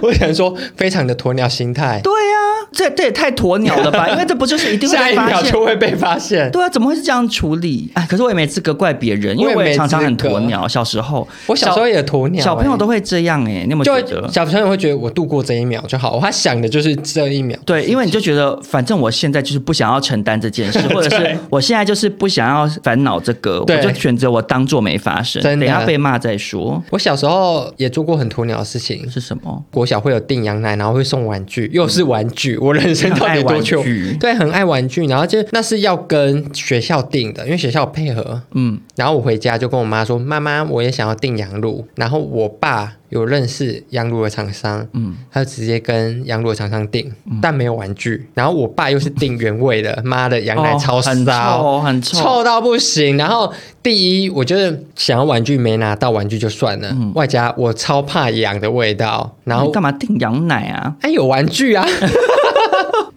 Speaker 5: 我想说，非常的鸵鸟心态，
Speaker 2: 对呀、啊，这这也太鸵鸟了 吧？因为这不就是一定会
Speaker 5: 下
Speaker 2: 被
Speaker 5: 一
Speaker 2: 发
Speaker 5: 秒
Speaker 2: 现？
Speaker 5: 就会被发现。
Speaker 2: 对啊，怎么会是这样处理？哎，可是我也没资格怪别人，因为
Speaker 5: 我
Speaker 2: 我
Speaker 5: 也没
Speaker 2: 也常常很
Speaker 5: 资格
Speaker 2: 鸵鸟。小时候，
Speaker 5: 我小时候也鸵鸟、
Speaker 2: 小朋友
Speaker 5: 欸
Speaker 2: 都会这样哎、你有
Speaker 5: 就
Speaker 2: 没有觉
Speaker 5: 会
Speaker 2: 得？
Speaker 5: 小朋友会觉得我度过这一秒就好，他想的就是这一秒。
Speaker 2: 对，因为你就觉得，反正我现在就是不想要承担这 件事，或者是我现在就是不想要烦恼这个，我
Speaker 5: 对
Speaker 2: 就选择我当做没发生，
Speaker 5: 真
Speaker 2: 等
Speaker 5: 的
Speaker 2: 一下被骂再说。
Speaker 5: 我小时候也做过很鸵鸟的事情，
Speaker 2: 是什么？
Speaker 5: 国小会有订羊奶，然后会送玩具，又是玩具，我人生到底
Speaker 2: 嗯很爱
Speaker 5: 多
Speaker 2: 玩
Speaker 5: 穷？
Speaker 2: 具
Speaker 5: 对，很爱玩具，然后就那是要跟学校订的，因为学校有配合。
Speaker 2: 嗯，
Speaker 5: 然后我回家就跟我妈说：“妈妈，我也想要订羊乳。”然后我爸有认识羊乳的厂商，嗯，他就直接跟羊乳的厂商订，
Speaker 2: 嗯
Speaker 5: 但没有玩具。然后我爸又是订原味的，妈的羊奶
Speaker 2: 哦
Speaker 5: 超骚，
Speaker 2: 很臭，很臭。
Speaker 5: 臭到不行。然后第一，我觉得想要玩具没拿到玩具就算了，外加我超怕痒的味道。然后
Speaker 2: 嗯你干嘛订羊奶啊？
Speaker 5: 哎有玩具 啊。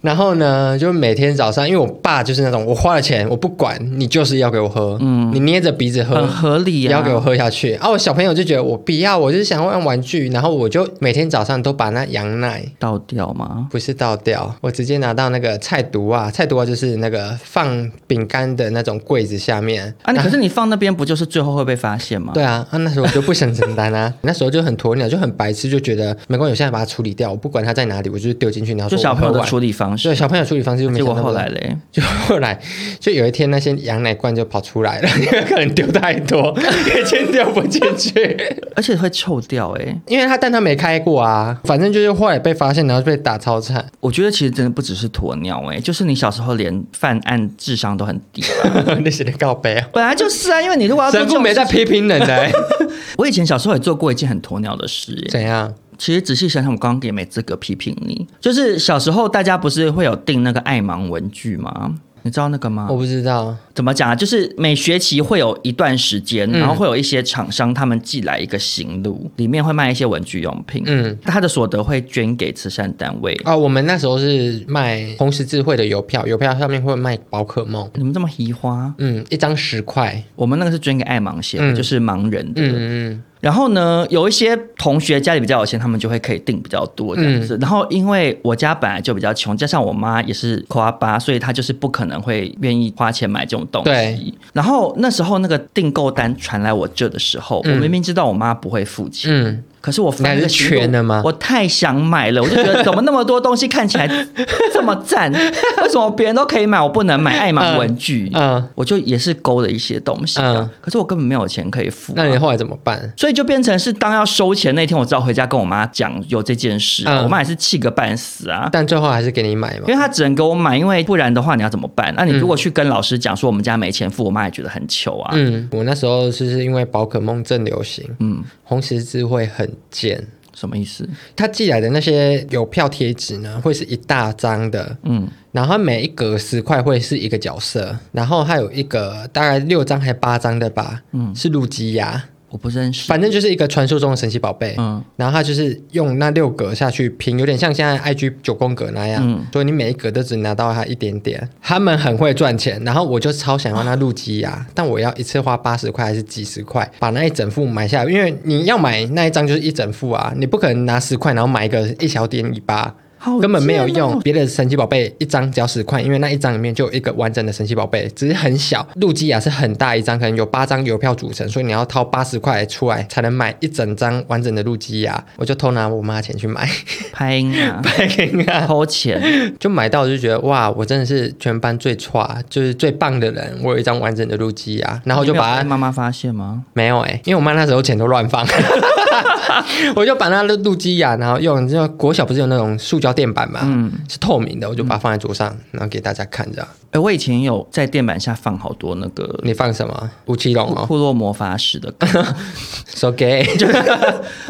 Speaker 5: 然后呢，就每天早上，因为我爸就是那种，我花了钱，我不管你，就是要给我喝，你捏着鼻子喝，
Speaker 2: 嗯很合理
Speaker 5: 也
Speaker 2: 啊
Speaker 5: 呃要给我喝下去啊！我小朋友就觉得我不要，我就是想要玩玩具，然后我就每天早上都把那羊奶
Speaker 2: 倒掉吗？
Speaker 5: 不是倒掉，我直接拿到那个菜毒啊，菜毒啊就是那个放饼干的那种柜子下面
Speaker 2: 啊，你可是你放那边不就是最后会被发现吗？
Speaker 5: 对啊，啊那时候我就不想承担啊， 那时候就很鸵鸟，就很白痴，就觉得没关系，我现在把它处理掉，我不管它在哪里，我就是丢进去，然后
Speaker 2: 就
Speaker 5: 说
Speaker 2: 小朋友
Speaker 5: 我喝
Speaker 2: 的
Speaker 5: 完
Speaker 2: 处理方
Speaker 5: 啊对
Speaker 2: 式。
Speaker 5: 小朋友处理方式就没
Speaker 2: 结
Speaker 5: 想
Speaker 2: 果
Speaker 5: 到
Speaker 2: 后来
Speaker 5: 了，
Speaker 2: 嘞，
Speaker 5: 就后来就有一天那些羊奶罐就跑出来了， 因为可能丢太多， 已经丢不进去，
Speaker 2: 而且会臭掉哎、欸
Speaker 5: 因为他但他没开过啊，反正就是后来被发现，然后被打超惨。
Speaker 2: 我觉得其实真的不只是鸵鸟哎、欸就是你小时候连犯案智商都很低吧。
Speaker 5: 那些的告白啊，
Speaker 2: 本来就是啊，因为你如果要做
Speaker 5: 神
Speaker 2: 这
Speaker 5: 父
Speaker 2: 种
Speaker 5: 没在批评人呢、
Speaker 2: 我以前小时候也做过一件很鸵鸟的事、欸
Speaker 5: 怎样？
Speaker 2: 其实仔细想想，我刚刚也没资格批评你。就是小时候大家不是会有订那个爱盲文具吗？你知道那个吗？
Speaker 5: 我不知道，
Speaker 2: 怎么讲啊？就是每学期会有一段时间，
Speaker 5: 嗯
Speaker 2: 然后会有一些厂商他们寄来一个行录，里面会卖一些文具用品。
Speaker 5: 嗯，
Speaker 2: 他的所得会捐给慈善单位。
Speaker 5: 啊、我们那时候是卖红十字会的邮票，邮票上面会卖宝可梦，
Speaker 2: 你们这么移花，
Speaker 5: 嗯，一张十块，
Speaker 2: 我们那个是捐给爱盲协会，
Speaker 5: 嗯
Speaker 2: 就是盲人的。
Speaker 5: 嗯嗯
Speaker 2: 然后呢，有一些同学家里比较有钱，他们就会可以订比较多这样
Speaker 5: 嗯
Speaker 2: 子。然后因为我家本来就比较穷，加上我妈也是抠阿巴，所以她就是不可能会愿意花钱买这种东
Speaker 5: 对
Speaker 2: 西。然后那时候那个订购单传来我这的时候，
Speaker 5: 嗯
Speaker 2: 我明明知道我妈不会付钱。
Speaker 5: 嗯
Speaker 2: 可是我
Speaker 5: 你
Speaker 2: 翻那
Speaker 5: 还
Speaker 2: 个
Speaker 5: 是
Speaker 2: 行动
Speaker 5: 全的吗
Speaker 2: 我太想买了，我就觉 得怎么那么多东西看起来这么赞，为什么别人都可以买，我不能买爱马文具？
Speaker 5: 嗯嗯
Speaker 2: 我就也是勾了一些东西、啊
Speaker 5: 嗯
Speaker 2: 可是我根本没有钱可以付啊、
Speaker 5: 那你后来怎么办？
Speaker 2: 所以就变成是当要收钱那天，我只好回家跟我妈讲有这件事啊、
Speaker 5: 嗯
Speaker 2: 我妈也是气个半死啊。
Speaker 5: 但最后还是给你买嘛
Speaker 2: 因为，她只能给我买，因为不然的话你要怎么办？那、
Speaker 5: 嗯
Speaker 2: 你如果去跟老师讲说我们家没钱付，我妈也觉得很糗啊。
Speaker 5: 嗯，我那时候就是因为宝可梦正流行，
Speaker 2: 嗯，
Speaker 5: 红十字会很贱，
Speaker 2: 什么意思？
Speaker 5: 他寄来的那些邮票贴纸呢，会是一大张的，
Speaker 2: 嗯，
Speaker 5: 然后每一格十块会是一个角色，然后还有一个大概六张还八张的吧，嗯，是路基亚，
Speaker 2: 我不认识。
Speaker 5: 反正就是一个传说中的神奇宝贝，
Speaker 2: 嗯
Speaker 5: 嗯，然后他就是用那六格下去拼，有点像现在 IG 九宫格那样，
Speaker 2: 嗯
Speaker 5: 所以你每一格都只拿到它一点点。他们很会赚钱，然后我就超想要那路基亚，但我要一次花八十块还是几十块把那一整副买下来，因为你要买那一张就是一整副啊，你不可能拿十块然后买一个一小点尾巴。
Speaker 2: 好
Speaker 5: 根本没有
Speaker 2: 贱哦
Speaker 5: 用，别的神奇宝贝一张只要十块，因为那一张里面就有一个完整的神奇宝贝，只是很小。路基亚是很大一张，可能有八张邮票组成，所以你要掏八十块出来才能买一整张完整的路基亚。我就偷拿我妈钱去买，
Speaker 2: 拍音啊， 偷钱，
Speaker 5: 就买到我就觉得哇，我真的是全班最差，就是最棒的人，我有一张完整的路基亚，然后就把它。
Speaker 2: 你没有被妈妈发现吗？
Speaker 5: 没有哎、因为我妈那时候钱都乱 放，我就把那路路基啊亚，然后用就国小不是有那种塑胶垫板嘛，是透明的，我就把它放在桌上，然后给大家看这样。
Speaker 2: 哎，我以前有在垫板下放好多那个
Speaker 5: 你放什么？吴奇隆哦
Speaker 2: 库洛魔法使的歌
Speaker 5: ，so gay，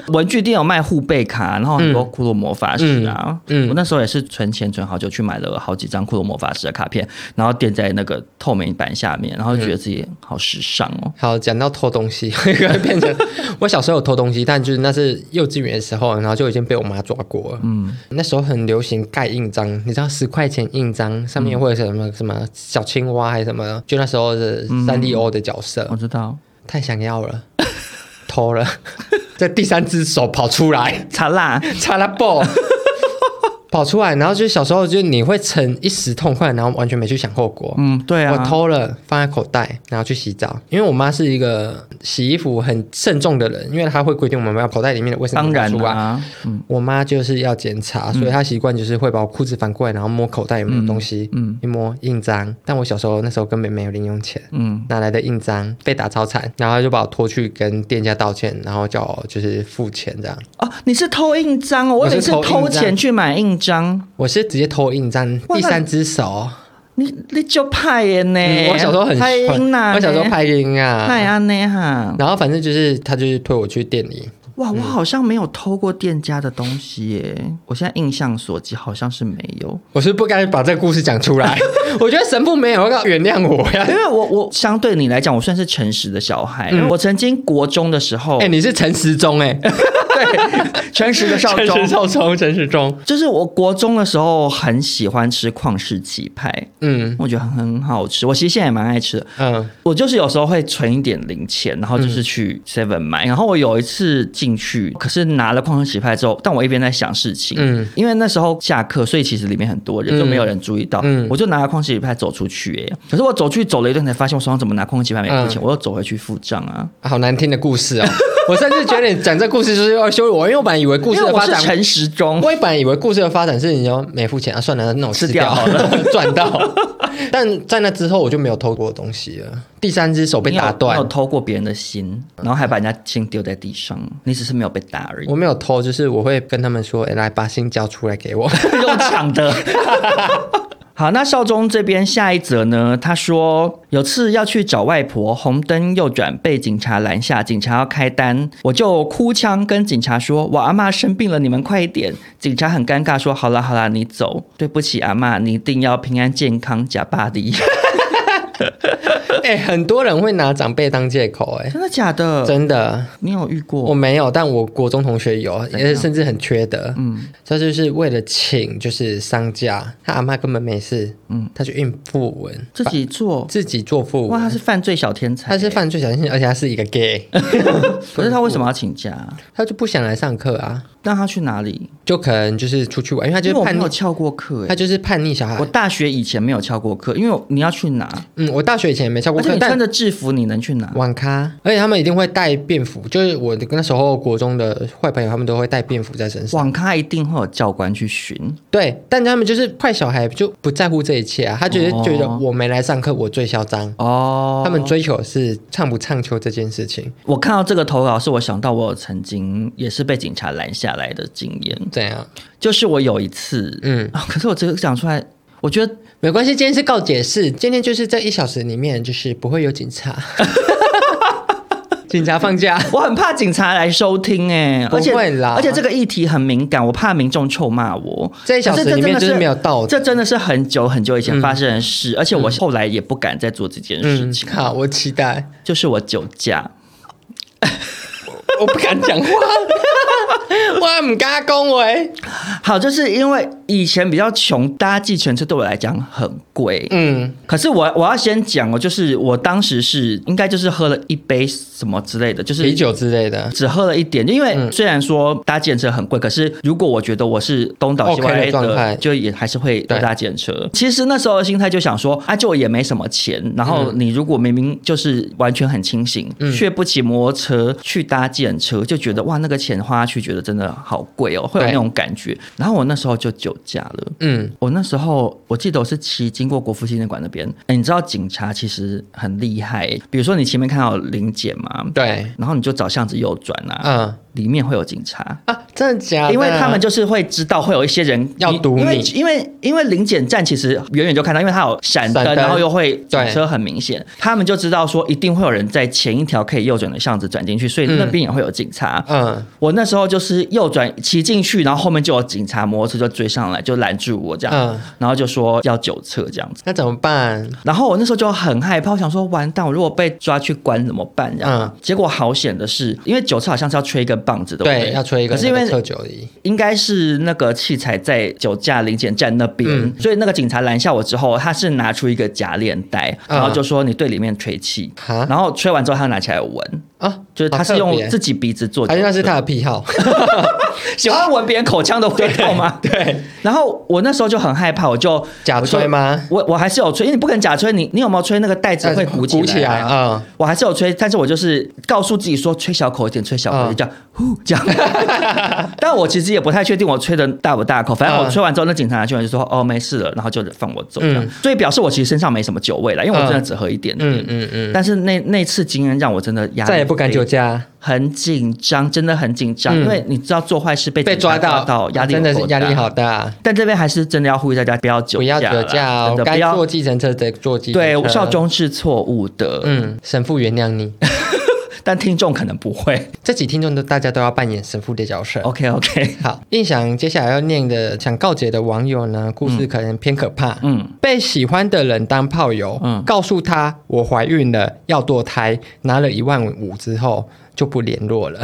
Speaker 2: 文具店有卖护贝卡，然后很多库洛魔法使啊。
Speaker 5: 嗯嗯
Speaker 2: 我那时候也是存钱存好久，去买了好几张库洛魔法使的卡片，然后垫在那个透明板下面，然后就觉得自己好时尚哦。
Speaker 5: 好，讲到偷东西，变成我小时候有偷东西，但就是那是幼稚园的时候，然后就已经被我妈抓过了。嗯，那时候很流行盖印章，你知道十块钱印章上面会有什么、什么小青蛙还是什么的，就那时候的三丽鸥的角色，
Speaker 2: 我知道，
Speaker 5: 太想要了，偷了， 这第三只手跑出来，
Speaker 2: 查啦，
Speaker 5: 差了爆。 跑出来，然后就小时候就你会逞一时痛快，然后完全没去想后果。
Speaker 2: 嗯，对啊，
Speaker 5: 我偷了放在口袋，然后去洗澡。因为我妈是一个洗衣服很慎重的人，因为她会规定我们要口袋里面的卫生
Speaker 2: 当
Speaker 5: 纸拿
Speaker 2: 然
Speaker 5: 出来。
Speaker 2: 啊，
Speaker 5: 我妈就是要检查，
Speaker 2: 嗯
Speaker 5: 所以她习惯就是会把我裤子反过来，然后摸口袋有没有东西，
Speaker 2: 嗯
Speaker 5: 一摸印章。但我小时候那时候根本没有零用钱，
Speaker 2: 嗯，
Speaker 5: 哪来的印章？被打超惨，然后就把我拖去跟店家道歉，然后叫我就是付钱这样。
Speaker 2: 哦，你是偷印章哦，我以为
Speaker 5: 我是
Speaker 2: 是
Speaker 5: 偷
Speaker 2: 偷
Speaker 5: 印章
Speaker 2: 钱去买印章，
Speaker 5: 我是直接偷印章，
Speaker 2: 哇
Speaker 5: 第
Speaker 2: 那
Speaker 5: 三只手。
Speaker 2: 你你就派人呢、
Speaker 5: 嗯我小时候很
Speaker 2: 派
Speaker 5: 很
Speaker 2: 音呐，
Speaker 5: 我小时候拍音啊，嗯
Speaker 2: 那也安内哈，
Speaker 5: 然后反正就是他就是推我去店里，
Speaker 2: 哇，我好像没有偷过店家的东西耶，我现在印象所及好像是没有，
Speaker 5: 我是不该把这个故事讲出来。 我觉得神父没有要原谅我呀
Speaker 2: 因。为我我哎相对你来讲，我算是诚实的小孩，
Speaker 5: 嗯
Speaker 2: 我曾经国中的时候，
Speaker 5: 哎、你是陈时中 哎、
Speaker 2: 对，诚实的少
Speaker 5: 陈
Speaker 2: 中
Speaker 5: 时。中，陈时中，
Speaker 2: 就是我国中的时候很喜欢吃旷世奇派，
Speaker 5: 嗯
Speaker 2: 我觉得很好吃。我其实现在也蛮爱吃的，
Speaker 5: 嗯
Speaker 2: 我就是有时候会存一点零钱，然后就是去 Seven 买。然后我有一次进去，可是拿了矿泉水派之后，但我一边在想事情，
Speaker 5: 嗯
Speaker 2: 因为那时候下课，所以其实里面很多
Speaker 5: 嗯
Speaker 2: 人，就没有人注意到。
Speaker 5: 嗯
Speaker 2: 我就拿了矿泉水派走出去、欸，可是我走去走了一段才发现，我手上怎么拿矿泉水派没付钱，我又走回去付账啊。
Speaker 5: 啊好难听的故事哦。 我甚至觉得你讲这故事就是要羞辱我，因为我本来以为故事
Speaker 2: 因为
Speaker 5: 的
Speaker 2: 我
Speaker 5: 发
Speaker 2: 是
Speaker 5: 展，
Speaker 2: 陈时中，
Speaker 5: 我也本来以为故事的发展是你要没付钱啊，算了，那我
Speaker 2: 吃
Speaker 5: 掉
Speaker 2: 掉好了，
Speaker 5: 赚到。但在那之后，我就没有偷过东西了。第三只手被
Speaker 2: 你有
Speaker 5: 打
Speaker 2: 你有
Speaker 5: 断，
Speaker 2: 偷过别人的心，然后还把人家心丢在地上，你只是没有被打而已
Speaker 5: 我。没有偷，就是我会跟他们说，哎、来把心交出来给我。
Speaker 2: 用抢的。 好，那少中这边下一则呢？他说有次要去找外婆，红灯右转被警察拦下，警察要开单，我就哭腔跟警察说：“我阿嬷生病了，你们快一点！”警察很尴尬说：“好啦好啦，你走，对不起阿嬷，你一定要平安健康，假巴黎。
Speaker 5: 哎、很多人会拿长辈当借口、”哎，
Speaker 2: 真的假的？
Speaker 5: 真的，
Speaker 2: 你有遇过？
Speaker 5: 我没有，但我国中同学有，而且甚至很缺德。嗯，他就是为了请就是商家，他阿妈根本没事，嗯，他去印副文，
Speaker 2: 自己做
Speaker 5: 把自己做副
Speaker 2: 哇，他
Speaker 5: 文。
Speaker 2: 是犯罪小天才、欸
Speaker 5: 他是，犯罪小心，而且他是一个 gay，
Speaker 2: 可是他为什么要请假？
Speaker 5: 他就不想来上课啊，
Speaker 2: 那他去哪里？
Speaker 5: 就可能就是出去玩，因为他就
Speaker 2: 因为
Speaker 5: 是
Speaker 2: 我没
Speaker 5: 叛逆
Speaker 2: 有，翘过课、欸，
Speaker 5: 他就是叛逆小孩
Speaker 2: 我。大学以前没有翘过课，因为我你要去拿，
Speaker 5: 嗯，我大学以前也没上过
Speaker 2: 而且
Speaker 5: 课
Speaker 2: 你，穿
Speaker 5: 但
Speaker 2: 着制服你能去拿，
Speaker 5: 网咖，而且他们一定会带便服，就是我的那时候国中的坏朋友，他们都会带便服在身上。
Speaker 2: 网咖一定会有教官去巡。
Speaker 5: 对，但他们就是坏小孩，就不在乎这一切啊。他觉得
Speaker 2: 哦
Speaker 5: 觉得我没来上课，我最嚣张。
Speaker 2: 哦，
Speaker 5: 他们追求的是唱不唱秋这件事情，
Speaker 2: 我看到这个投稿，是我想到我曾经也是被警察拦下来的经验，
Speaker 5: 怎样？
Speaker 2: 就是我有一次，
Speaker 5: 嗯，
Speaker 2: 啊，可是我这个讲出来，我觉得
Speaker 5: 没关系，今天是告解释，今天就是这一小时里面就是不会有警 察，警察放假。
Speaker 2: 我很怕警察来收听哎、
Speaker 5: 不
Speaker 2: 而且
Speaker 5: 会啦
Speaker 2: 而且这个议题很敏感，我怕民众臭骂我。
Speaker 5: 这一小时
Speaker 2: 可这
Speaker 5: 里面
Speaker 2: 真的
Speaker 5: 就是没有道德
Speaker 2: 哦这真的是很久很久以前发生的事，而且我后来也不敢再做这件事
Speaker 5: 嗯
Speaker 2: 情，，
Speaker 5: 好，我期待。
Speaker 2: 就是我酒驾。
Speaker 5: 我不敢讲话，我唔敢恭维。
Speaker 2: 好，就是因为以前比较穷，搭计程车对我来讲很贵。
Speaker 5: 嗯，
Speaker 2: 可是我我要先讲哦，就是我当时是应该就是喝了一杯什么之类的，就是
Speaker 5: 啤酒之类的。
Speaker 2: 只喝了一点，因
Speaker 5: 嗯
Speaker 2: 为虽然说搭建车很贵，可是如果我觉得我是东倒西
Speaker 5: OK
Speaker 2: 歪
Speaker 5: 的状态
Speaker 2: 就也还是会多
Speaker 5: 对
Speaker 2: 搭建车。其实那时候的心态就想说，啊，就也没什么钱，然后
Speaker 5: 嗯
Speaker 2: 你如果明明就是完全很清醒，却不骑摩托车去搭建车，就觉得哇，那个钱花下去觉得真的好贵哦，会有那
Speaker 5: 对
Speaker 2: 种感觉。然后我那时候就酒驾了。
Speaker 5: 嗯，
Speaker 2: 我那时候我记得我是骑经过国父纪念馆那边，哎，你知道警察其实很厉害，比如说你前面看到临检嘛，
Speaker 5: 对，
Speaker 2: 然后你就找巷子右转啊，
Speaker 5: 嗯
Speaker 2: 里面会有警察。
Speaker 5: 啊，真的假的？
Speaker 2: 因为他们就是会知道会有一些人
Speaker 5: 要堵
Speaker 2: 因为
Speaker 5: 你
Speaker 2: 因为因为临检站其实远远就看到，因为它有闪灯，
Speaker 5: 闪灯
Speaker 2: 然后又会
Speaker 5: 对
Speaker 2: 警车很明显，他们就知道说一定会有人在前一条可以右转的巷子转进去，所以
Speaker 5: 嗯
Speaker 2: 那边也会有警察。
Speaker 5: 嗯，
Speaker 2: 我那时候就是右转骑进去，然后后面就有警察摩托车就追上来，就拦住我这样，
Speaker 5: 嗯
Speaker 2: 然后就说要酒测这样子。
Speaker 5: 那怎么办？
Speaker 2: 然后我那时候就很害怕，我想说完蛋，我如果被抓去关怎么办？这样。
Speaker 5: 嗯
Speaker 2: 结果好险的是，因为酒测好像是要吹一根棒子，对不对？
Speaker 5: 对，要吹一个
Speaker 2: 可是因
Speaker 5: 那
Speaker 2: 为
Speaker 5: 个测酒仪，
Speaker 2: 应该是那个器材在酒驾临检站那边，
Speaker 5: 嗯
Speaker 2: 所以那个警察拦下我之后，他是拿出一个假链袋，
Speaker 5: 嗯
Speaker 2: 然后就说你对里面吹气，
Speaker 5: 哈
Speaker 2: 然后吹完之后他拿起来闻。
Speaker 5: 啊，
Speaker 2: 就是他
Speaker 5: 好
Speaker 2: 是
Speaker 5: 特
Speaker 2: 用
Speaker 5: 别
Speaker 2: 自己鼻子做酒
Speaker 5: 还
Speaker 2: 测，
Speaker 5: 是那是他的癖好，
Speaker 2: 喜欢闻别人口腔的味 道吗？对。然后我那时候就很害怕，我就
Speaker 5: 假吹吗？
Speaker 2: 我我还是有吹，因为你不可能假吹，你你有没有吹那个袋子会鼓起
Speaker 5: 鼓起来
Speaker 2: 啊？
Speaker 5: 啊，
Speaker 2: 我还是有吹，但是我就是告诉自己说吹小口一点，吹小
Speaker 5: 啊
Speaker 2: 口一点，这样呼 这样。但我其实也不太确定我吹的大不大口，反正我
Speaker 5: 嗯
Speaker 2: 吹完之后，那警察拿去完就说哦没事了，然后就放我走。这样
Speaker 5: 嗯
Speaker 2: 所以表示我其实身上没什么酒味了，因为我真的只喝一点
Speaker 5: 嗯
Speaker 2: 点。
Speaker 5: 嗯嗯，
Speaker 2: 但是那那次经验让我真的压力
Speaker 5: 再也不敢
Speaker 2: 非常
Speaker 5: 酒驾，
Speaker 2: 很紧张，真的很紧张，
Speaker 5: 嗯
Speaker 2: 因为你知道做坏事被
Speaker 5: 被
Speaker 2: 警察
Speaker 5: 抓
Speaker 2: 抓
Speaker 5: 到
Speaker 2: 到，压力有
Speaker 5: 真的是
Speaker 2: 多
Speaker 5: 压力
Speaker 2: 大
Speaker 5: 好。大，
Speaker 2: 但这边还是真的要呼吁大家不要酒
Speaker 5: 不
Speaker 2: 驾
Speaker 5: 要
Speaker 2: 啦，
Speaker 5: 酒驾
Speaker 2: 真
Speaker 5: 哦
Speaker 2: 的，
Speaker 5: 该
Speaker 2: 不
Speaker 5: 坐
Speaker 2: 要。
Speaker 5: 计程车得坐计程车。
Speaker 2: 对，少，中是错误的，
Speaker 5: 嗯，神父原谅 你。
Speaker 2: 但听众可能不会。
Speaker 5: 这几听众都大家都要扮演神父的角色。
Speaker 2: OK OK，
Speaker 5: 好，印象接下来要念的想告解的网友呢，故事可能偏可怕。
Speaker 2: 嗯，
Speaker 5: 被喜欢的人当炮友，
Speaker 2: 嗯
Speaker 5: 告诉他我怀孕了，要堕胎，拿了一万五之后就不联络了。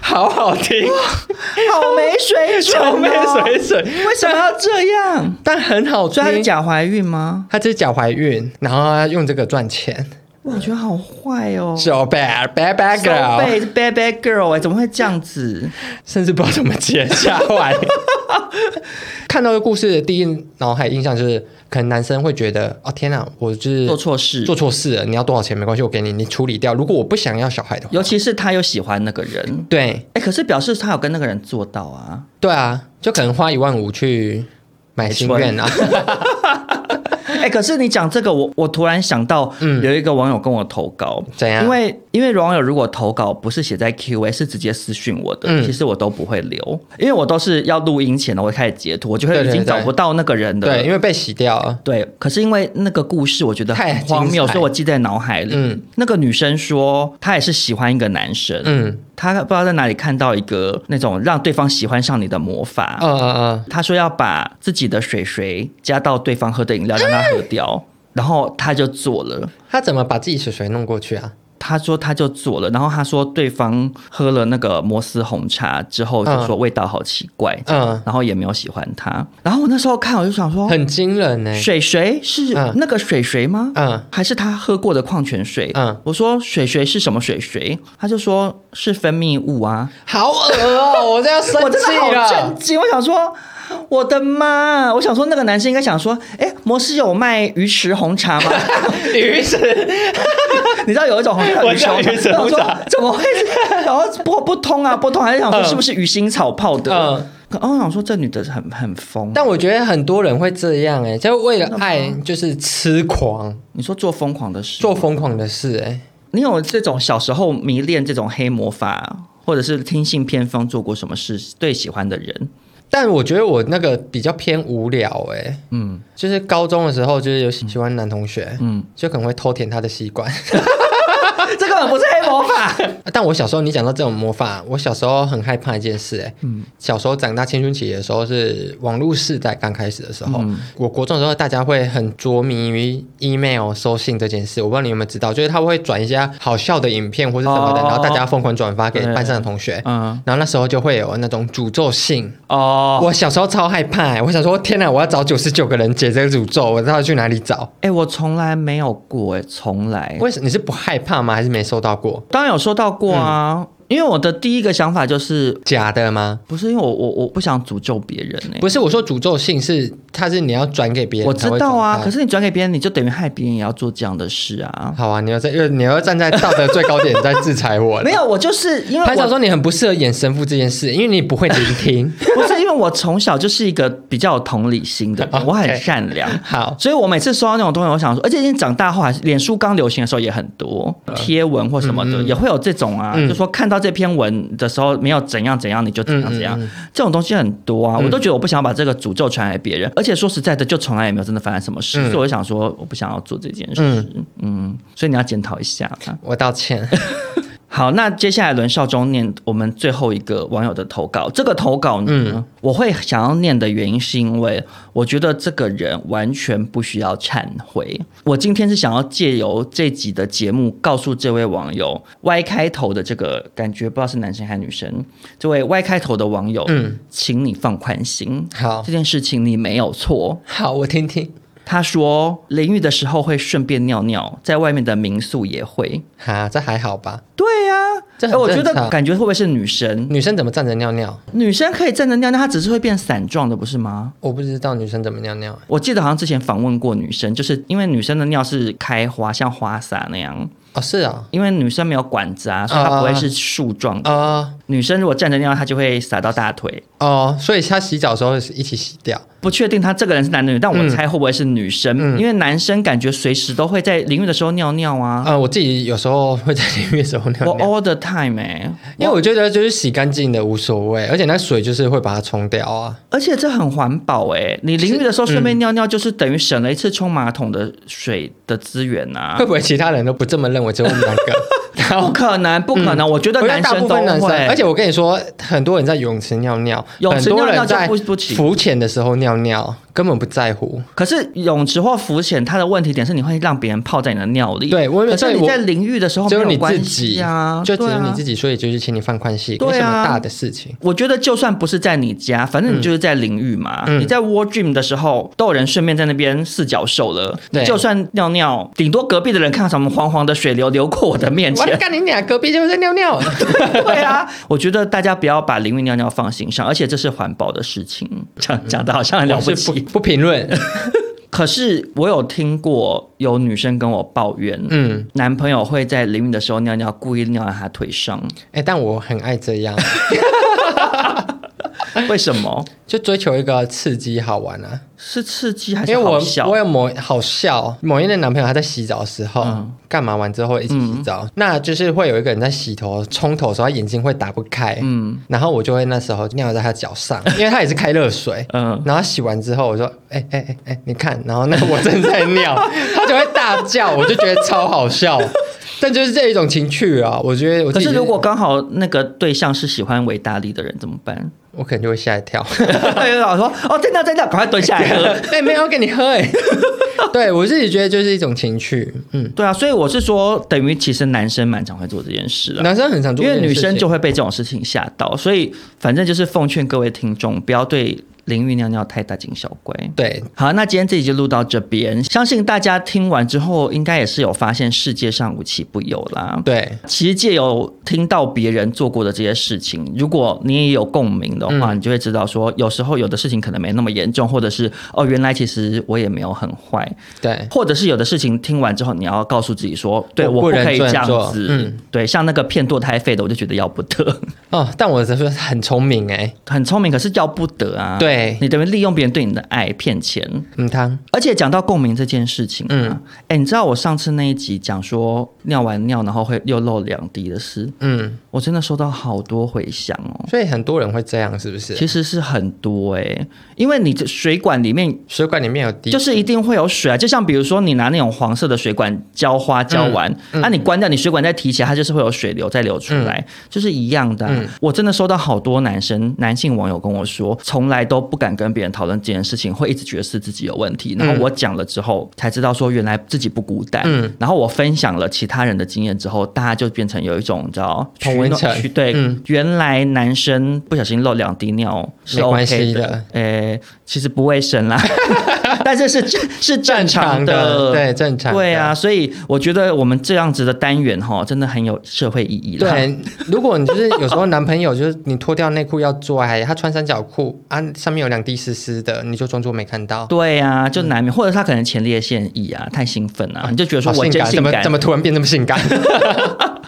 Speaker 5: 好好听，
Speaker 2: 好没水准、哦
Speaker 5: 超没水，准，
Speaker 2: 为什么要这样？
Speaker 5: 但很好听。
Speaker 2: 所以他是假怀孕吗？
Speaker 5: 他就是假怀孕，然后他用这个赚钱。
Speaker 2: 哇我觉得好坏哦。
Speaker 5: So bad, bad bad
Speaker 2: 手
Speaker 5: girl，
Speaker 2: 背 bad bad girl 哎、怎么会这样子？
Speaker 5: 甚至不知道怎么接下来。 看到这故事的第一脑海印象就是，可能男生会觉得，哦天哪，我就是
Speaker 2: 做错事，
Speaker 5: 做错事了，你要多少钱没关系，我给你，你处理掉。如果我不想要小孩的话，
Speaker 2: 尤其是他又喜欢那个人，
Speaker 5: 对
Speaker 2: 哎、可是表示他有跟那个人做到啊。
Speaker 5: 对啊，就可能花一万五去买心愿啊。
Speaker 2: 哎、可是你讲这个，我我突然想到，
Speaker 5: 嗯
Speaker 2: 有一个网友跟我投稿，
Speaker 5: 怎样
Speaker 2: 因为因为网友如果投稿不是写在 Q&A，是直接私讯我的，
Speaker 5: 嗯
Speaker 2: 其实我都不会留，因为我都是要录音前呢，我会开始截图，我就会
Speaker 5: 对
Speaker 2: 已
Speaker 5: 对
Speaker 2: 经
Speaker 5: 对
Speaker 2: 找不到那个人的，
Speaker 5: 对，因为被洗掉啊了。
Speaker 2: 对，可是因为那个故事，我觉得
Speaker 5: 太
Speaker 2: 很荒
Speaker 5: 精
Speaker 2: 谬，
Speaker 5: 彩
Speaker 2: 所以我记在脑海里。
Speaker 5: 嗯
Speaker 2: 那个女生说，她也是喜欢一个男生，
Speaker 5: 嗯，
Speaker 2: 她不知道在哪里看到一个那种让对方喜欢上你的魔法。
Speaker 5: 嗯嗯嗯，
Speaker 2: 她说要把自己的水水加到对方喝的饮料，让他喝 掉，然后她就做了。
Speaker 5: 他怎么把自己水水弄过去啊？
Speaker 2: 她说她就做了，然后她说对方喝了那个摩斯红茶之后就说味道好奇怪，
Speaker 5: 嗯，
Speaker 2: 然后也没有喜欢她。然后我那时候看我就想说，
Speaker 5: 很惊人呢、
Speaker 2: 水水哦是
Speaker 5: 嗯
Speaker 2: 那个水水吗？
Speaker 5: 嗯，
Speaker 2: 还是他喝过的矿泉水？
Speaker 5: 嗯
Speaker 2: 我说水水是什么水水？他就说是分泌物啊。
Speaker 5: 好恶哦、我这要生
Speaker 2: 我真
Speaker 5: 气
Speaker 2: 的好震
Speaker 5: 了。
Speaker 2: 惊，我想说，我的妈！我想说那个男生应该想说，哎，摩斯有卖鱼池红茶吗？
Speaker 5: 于是，
Speaker 2: 你知道有一种红茶叫
Speaker 5: 我
Speaker 2: 鱼
Speaker 5: 知
Speaker 2: 池
Speaker 5: 道鱼池红茶
Speaker 2: 红茶，我想说怎么会？ 然后不不通啊，不通，还是想说是不是鱼腥草泡的？
Speaker 5: 嗯
Speaker 2: 可哦，我想说这女的很很疯。
Speaker 5: 但我觉得很多人会这样哎、就为了爱就是痴狂，
Speaker 2: 你说做疯狂的事，
Speaker 5: 做疯狂的事哎、
Speaker 2: 你有这种小时候迷恋这种黑魔法，或者是听信偏方做过什么事对喜欢的人？
Speaker 5: 但我觉得我那个比较偏无聊哎、
Speaker 2: 嗯
Speaker 5: 就是高中的时候就是有喜欢男同学，
Speaker 2: 嗯，
Speaker 5: 就可能会偷舔他的吸管。
Speaker 2: 这根本不是黑魔法。
Speaker 5: 但我小时候，你讲到这种魔法，我小时候很害怕一件事、哎，
Speaker 2: 嗯
Speaker 5: 小时候长大青春期的时候是网络世代刚开始的时候，
Speaker 2: 嗯
Speaker 5: 我国中的时候大家会很着迷于 email 收信这件事，我不知道你有没有知道，就是他会转一些好笑的影片或是什么的，
Speaker 2: 哦
Speaker 5: 然后大家疯狂转发给
Speaker 2: 对
Speaker 5: 班上的同学，
Speaker 2: 嗯
Speaker 5: 然后那时候就会有那种诅咒信，
Speaker 2: 哦，
Speaker 5: 我小时候超害怕、哎我想说天哪，我要找九十九个人解这个诅咒，我到底去哪里找？
Speaker 2: 哎、我从来没有过哎、从来。
Speaker 5: 为什你是不害怕吗？还是没收到过？
Speaker 2: 当然有收到过
Speaker 5: 嗯
Speaker 2: 啊，因为我的第一个想法就是，
Speaker 5: 假的吗？
Speaker 2: 不是因为我我我不想诅咒别人哎、
Speaker 5: 不是，我说诅咒信是，它是你要转给别人，
Speaker 2: 我知道啊，
Speaker 5: 才会转开
Speaker 2: 可是你转给别人，你就等于害别人也要做这样的事啊。
Speaker 5: 好啊，你要在，又你要站在道德最高点在制裁我，
Speaker 2: 没。有，我就是因为
Speaker 5: 潘
Speaker 2: 我
Speaker 5: 少说你很不适合演神父这件事，因为你不会聆听。
Speaker 2: 不是因为我从小就是一个比较有同理心 的人，我很
Speaker 5: 哦 OK
Speaker 2: 善良。
Speaker 5: 好，
Speaker 2: 所以我每次收到那种东西，我想说，而且已经长大后，还是脸书刚流行的时候也很多贴文或什么的，
Speaker 5: 嗯嗯
Speaker 2: 也会有这种啊，
Speaker 5: 嗯
Speaker 2: 就说看到这篇文的时候没有怎样怎样，你就怎样
Speaker 5: 嗯
Speaker 2: 怎样，这种东西很多啊，我都觉得我不想把这个诅咒传给别人，而且说实在的，就从来也没有真的发生什么事，
Speaker 5: 嗯
Speaker 2: 所以我就想说，我不想要做这件事，嗯所以你要检讨一下吧。
Speaker 5: 我道歉。
Speaker 2: 好，那接下来轮少中念我们最后一个网友的投稿。这个投稿呢，
Speaker 5: 嗯
Speaker 2: 我会想要念的原因是因为我觉得这个人完全不需要忏悔。我今天是想要借由这集的节目，告诉这位网友 Y 开头的这个感觉，不知道是男生还是女生，这位 Y 开头的网友，
Speaker 5: 嗯
Speaker 2: 请你放宽心，
Speaker 5: 好
Speaker 2: 这件事情你没有错。
Speaker 5: 好，我听听。
Speaker 2: 他说淋浴的时候会顺便尿尿，在外面的民宿也会。
Speaker 5: 哈，这还好吧？
Speaker 2: 对呀、
Speaker 5: 这
Speaker 2: 哎
Speaker 5: 很
Speaker 2: 我觉
Speaker 5: 正
Speaker 2: 得
Speaker 5: 常
Speaker 2: 感觉会不会是女生？
Speaker 5: 女生怎么站着尿尿？
Speaker 2: 女生可以站着尿尿，她只是会变散状的，不是吗？
Speaker 5: 我不知道女生怎么尿尿。
Speaker 2: 我记得好像之前访问过女生，就是因为女生的尿是开花，像花洒那样，
Speaker 5: 哦，是啊、
Speaker 2: 因为女生没有管子啊，所以
Speaker 5: 啊
Speaker 2: 她不会是树状的。
Speaker 5: 哦，
Speaker 2: 女生如果站着尿，她就会洒到大
Speaker 5: 哦
Speaker 2: 腿。
Speaker 5: 哦，所以她洗澡的时候是一起洗掉。
Speaker 2: 不确定她这个人是男的女，但我
Speaker 5: 嗯
Speaker 2: 猜会不会是女生，
Speaker 5: 嗯
Speaker 2: 因为男生感觉随时都会在淋浴的时候尿尿啊。哦
Speaker 5: 啊，我自己有时候会在里面的时候尿
Speaker 2: 我
Speaker 5: 尿。
Speaker 2: all the time 哎、
Speaker 5: 因为我觉得就是洗干净的无所谓，而且那水就是会把它冲掉啊。
Speaker 2: 而且这很环保哎、你淋浴的
Speaker 5: 嗯
Speaker 2: 时候顺便尿尿，就是等于省了一次冲马桶的水的资源啊。
Speaker 5: 会不会其他人都不这么认为，只有我们两个？然
Speaker 2: 不
Speaker 5: 后
Speaker 2: 可能，不可能！我觉得
Speaker 5: 嗯我觉得
Speaker 2: 男
Speaker 5: 大
Speaker 2: 生
Speaker 5: 部
Speaker 2: 都
Speaker 5: 分男生，
Speaker 2: 会，
Speaker 5: 而且我跟你说，很多人在泳池尿尿，
Speaker 2: 泳
Speaker 5: 很
Speaker 2: 池
Speaker 5: 多
Speaker 2: 尿尿
Speaker 5: 人
Speaker 2: 就
Speaker 5: 在
Speaker 2: 不不行
Speaker 5: 浮潜的时候尿尿，根本不在乎。
Speaker 2: 可是泳池或浮潜，它的问题点是你会让别人泡在你的尿里。
Speaker 5: 对我
Speaker 2: 可是
Speaker 5: 所以
Speaker 2: 你
Speaker 5: 我
Speaker 2: 在淋浴的时候
Speaker 5: 只
Speaker 2: 哦没
Speaker 5: 有你自
Speaker 2: 关
Speaker 5: 己
Speaker 2: 系啊，
Speaker 5: 就只有你自
Speaker 2: 己。
Speaker 5: 己，所以就是请你放宽心，
Speaker 2: 对啊
Speaker 5: 没什么大的事情。
Speaker 2: 我觉得就算不是在你家，反正你就是在淋浴嘛。
Speaker 5: 嗯
Speaker 2: 你在 War Dream 的时候，都有人顺便在那边四脚兽了。
Speaker 5: 对
Speaker 2: 你就算尿尿，顶多隔壁的人看到什么黄黄的水流流过我的面
Speaker 5: 我
Speaker 2: 前，
Speaker 5: 干你俩，隔壁就是在尿 尿。
Speaker 2: 对啊， 我觉得大家不要把淋浴尿尿放心上，而且这是环保的事情。讲讲的好像很了
Speaker 5: 嗯我
Speaker 2: 不
Speaker 5: 是
Speaker 2: 起，
Speaker 5: 不不评论。
Speaker 2: 可是我有听过有女生跟我抱怨，
Speaker 5: 嗯，
Speaker 2: 男朋友会在淋浴的时候尿尿，故意尿在她腿上。
Speaker 5: 哎，但我很爱这样。
Speaker 2: 为什 么？
Speaker 5: 就追求一个刺激好玩啊。
Speaker 2: 是刺激还
Speaker 5: 因为
Speaker 2: 是啊好
Speaker 5: 我
Speaker 2: 笑？
Speaker 5: 我有某好笑，哦某一任男朋友他在洗澡的时候，
Speaker 2: 嗯
Speaker 5: 干嘛完之后一起洗澡，那就是会有一个人在洗头冲头的时候，他眼睛会打不开，嗯，然后我就会那时候尿在他脚上，因为他也是开热 水，嗯
Speaker 2: 嗯，
Speaker 5: 然后洗完之后我说，哎哎哎哎，你看，然后那我正在尿，他就会大叫，我就觉得超好笑，但就是这一种情趣啊，我觉得我自
Speaker 2: 可
Speaker 5: 己
Speaker 2: 是
Speaker 5: 就
Speaker 2: 如果刚好那个对象是喜欢维大力的人怎么 办？
Speaker 5: 我可能就会吓一 跳。
Speaker 2: 有老说哦，在那在那，赶快蹲下来 喝。
Speaker 5: 哎、没有要给你喝哎、 对我自己觉得就是一种情趣，嗯，
Speaker 2: 对啊，所以我是说，等于其实男生蛮常会做这件事啊。
Speaker 5: 男生很常做
Speaker 2: 因
Speaker 5: 这件
Speaker 2: 为
Speaker 5: 事情，
Speaker 2: 女生就会被这种事情吓到，所以反正就是奉劝各位听众，不要对淋浴尿尿太大惊小怪。
Speaker 5: 对
Speaker 2: 好，那今天这集就录到这边，相信大家听完之后，应该也是有发现世界上无奇不有啦。
Speaker 5: 对，
Speaker 2: 其实借由听到别人做过的这些事情，如果你也有共鸣的话，你就会知道说，有时候有的事情可能没那么严重，或者是哦，原来其实我也没有很坏，
Speaker 5: 对，
Speaker 2: 或者是有的事情听完之后，你要告诉自己说，对，
Speaker 5: 我
Speaker 2: 我
Speaker 5: 不
Speaker 2: 不
Speaker 5: 能
Speaker 2: 可以
Speaker 5: 这
Speaker 2: 这
Speaker 5: 样
Speaker 2: 样
Speaker 5: 做
Speaker 2: 子。
Speaker 5: 嗯
Speaker 2: 对，像那个骗堕胎费的，我就觉得要不得，
Speaker 5: 哦，但我真的是很聪明哎、
Speaker 2: 很聪明，可是要不得啊。
Speaker 5: 对
Speaker 2: 你等于利用别人对你的爱骗钱。
Speaker 5: 嗯，汤，
Speaker 2: 而且讲到共鸣这件事情、啊，
Speaker 5: 嗯
Speaker 2: 嗯，哎，你知道我上次那一集讲说尿完尿然后会又漏两滴的事，
Speaker 5: 嗯，
Speaker 2: 我真的收到好多回响哦。
Speaker 5: 所以很多人会这样，是不
Speaker 2: 其
Speaker 5: 是？
Speaker 2: 实是很多哎、因为你这水管里面
Speaker 5: 水管里面有滴，
Speaker 2: 就是一定会有水啊，就像比如说你拿那种黄色的水管浇花浇完，
Speaker 5: 嗯
Speaker 2: 那、你关掉，你水管再提起来，它就是会有水流再流出
Speaker 5: 嗯
Speaker 2: 来，就是一样的啊、我真的收到好多男生男性网友跟我说，从来都不敢跟别人讨论这件事情，会一直觉得是自己有问题。然后我讲了之后，才知道说原来自己不孤单。
Speaker 5: 嗯
Speaker 2: 然后我分享了其他人的经验之后，大家就变成有一种你知道
Speaker 5: 同温层
Speaker 2: 取暖取对、
Speaker 5: 嗯
Speaker 2: 原来男生不小心漏两滴尿是
Speaker 5: 没关
Speaker 2: OK
Speaker 5: 系的
Speaker 2: 的诶，呃其实不卫生啦， 但是是是正常的，
Speaker 5: 对，正常，
Speaker 2: 对啊，。所以我觉得我们这样子的单元哈，真的很有社会意义啦。，
Speaker 5: 对，如果你就是有时候男朋友就是你脱掉内裤要做爱，他穿三角裤啊，上面有两滴湿湿的，你就装作没看到。
Speaker 2: 对啊，就难免，或者他可能前列腺液啊，太兴奋啊，你就觉得
Speaker 5: 嗯
Speaker 2: 说
Speaker 5: 好
Speaker 2: 我
Speaker 5: 性
Speaker 2: 真
Speaker 5: 感，
Speaker 2: 性
Speaker 5: 怎么
Speaker 2: 感
Speaker 5: 怎。么突然变这么性感？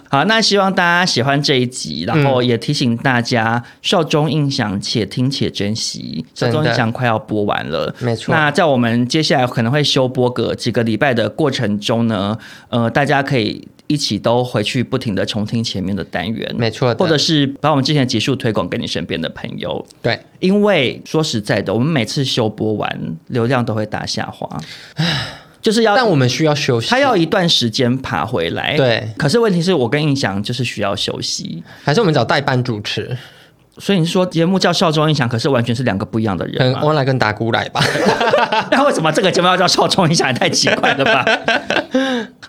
Speaker 2: 好，那希望大家喜欢这一集，然
Speaker 5: 嗯
Speaker 2: 后也提醒大家，少中印象且听且珍惜。
Speaker 5: 真
Speaker 2: 少
Speaker 5: 的
Speaker 2: 中印象快要播完了，
Speaker 5: 没错
Speaker 2: 那在我们接下来可能会休播个几个礼拜的过程中呢，呃，大家可以。一起都回去不停的重听前面的单元，
Speaker 5: 没错的
Speaker 2: 或者是把我们之前的集数推广给你身边的朋友，
Speaker 5: 对，
Speaker 2: 因为说实在的，我们每次休播完，流量都会大下滑，就是要
Speaker 5: 但我们需要休息。
Speaker 2: 他要一段时间爬回来。
Speaker 5: 对，
Speaker 2: 可是问题是我跟印翔就是需要休息，
Speaker 5: 还是我们找代班主持，
Speaker 2: 所以你说节目叫少中印翔，可是完全是两个不一样的
Speaker 5: 可能
Speaker 2: 人嘛。
Speaker 5: 欧来跟达姑来吧。
Speaker 2: 那为什么这个节目要叫少中印翔？也太奇怪 了吧！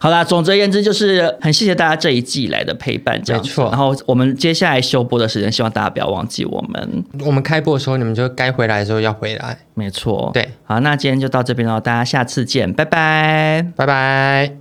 Speaker 2: 好啦，总而言之就是很谢谢大家这一季以来的陪伴，这样子
Speaker 5: 没错
Speaker 2: 然后我们接下来休播的时间，希望大家不要忘记我们。
Speaker 5: 我们开播的时候，你们就该回来的时候要回来。
Speaker 2: 没错，
Speaker 5: 对。
Speaker 2: 好，那今天就到这边喽，大家下次见，拜拜。
Speaker 5: 拜拜。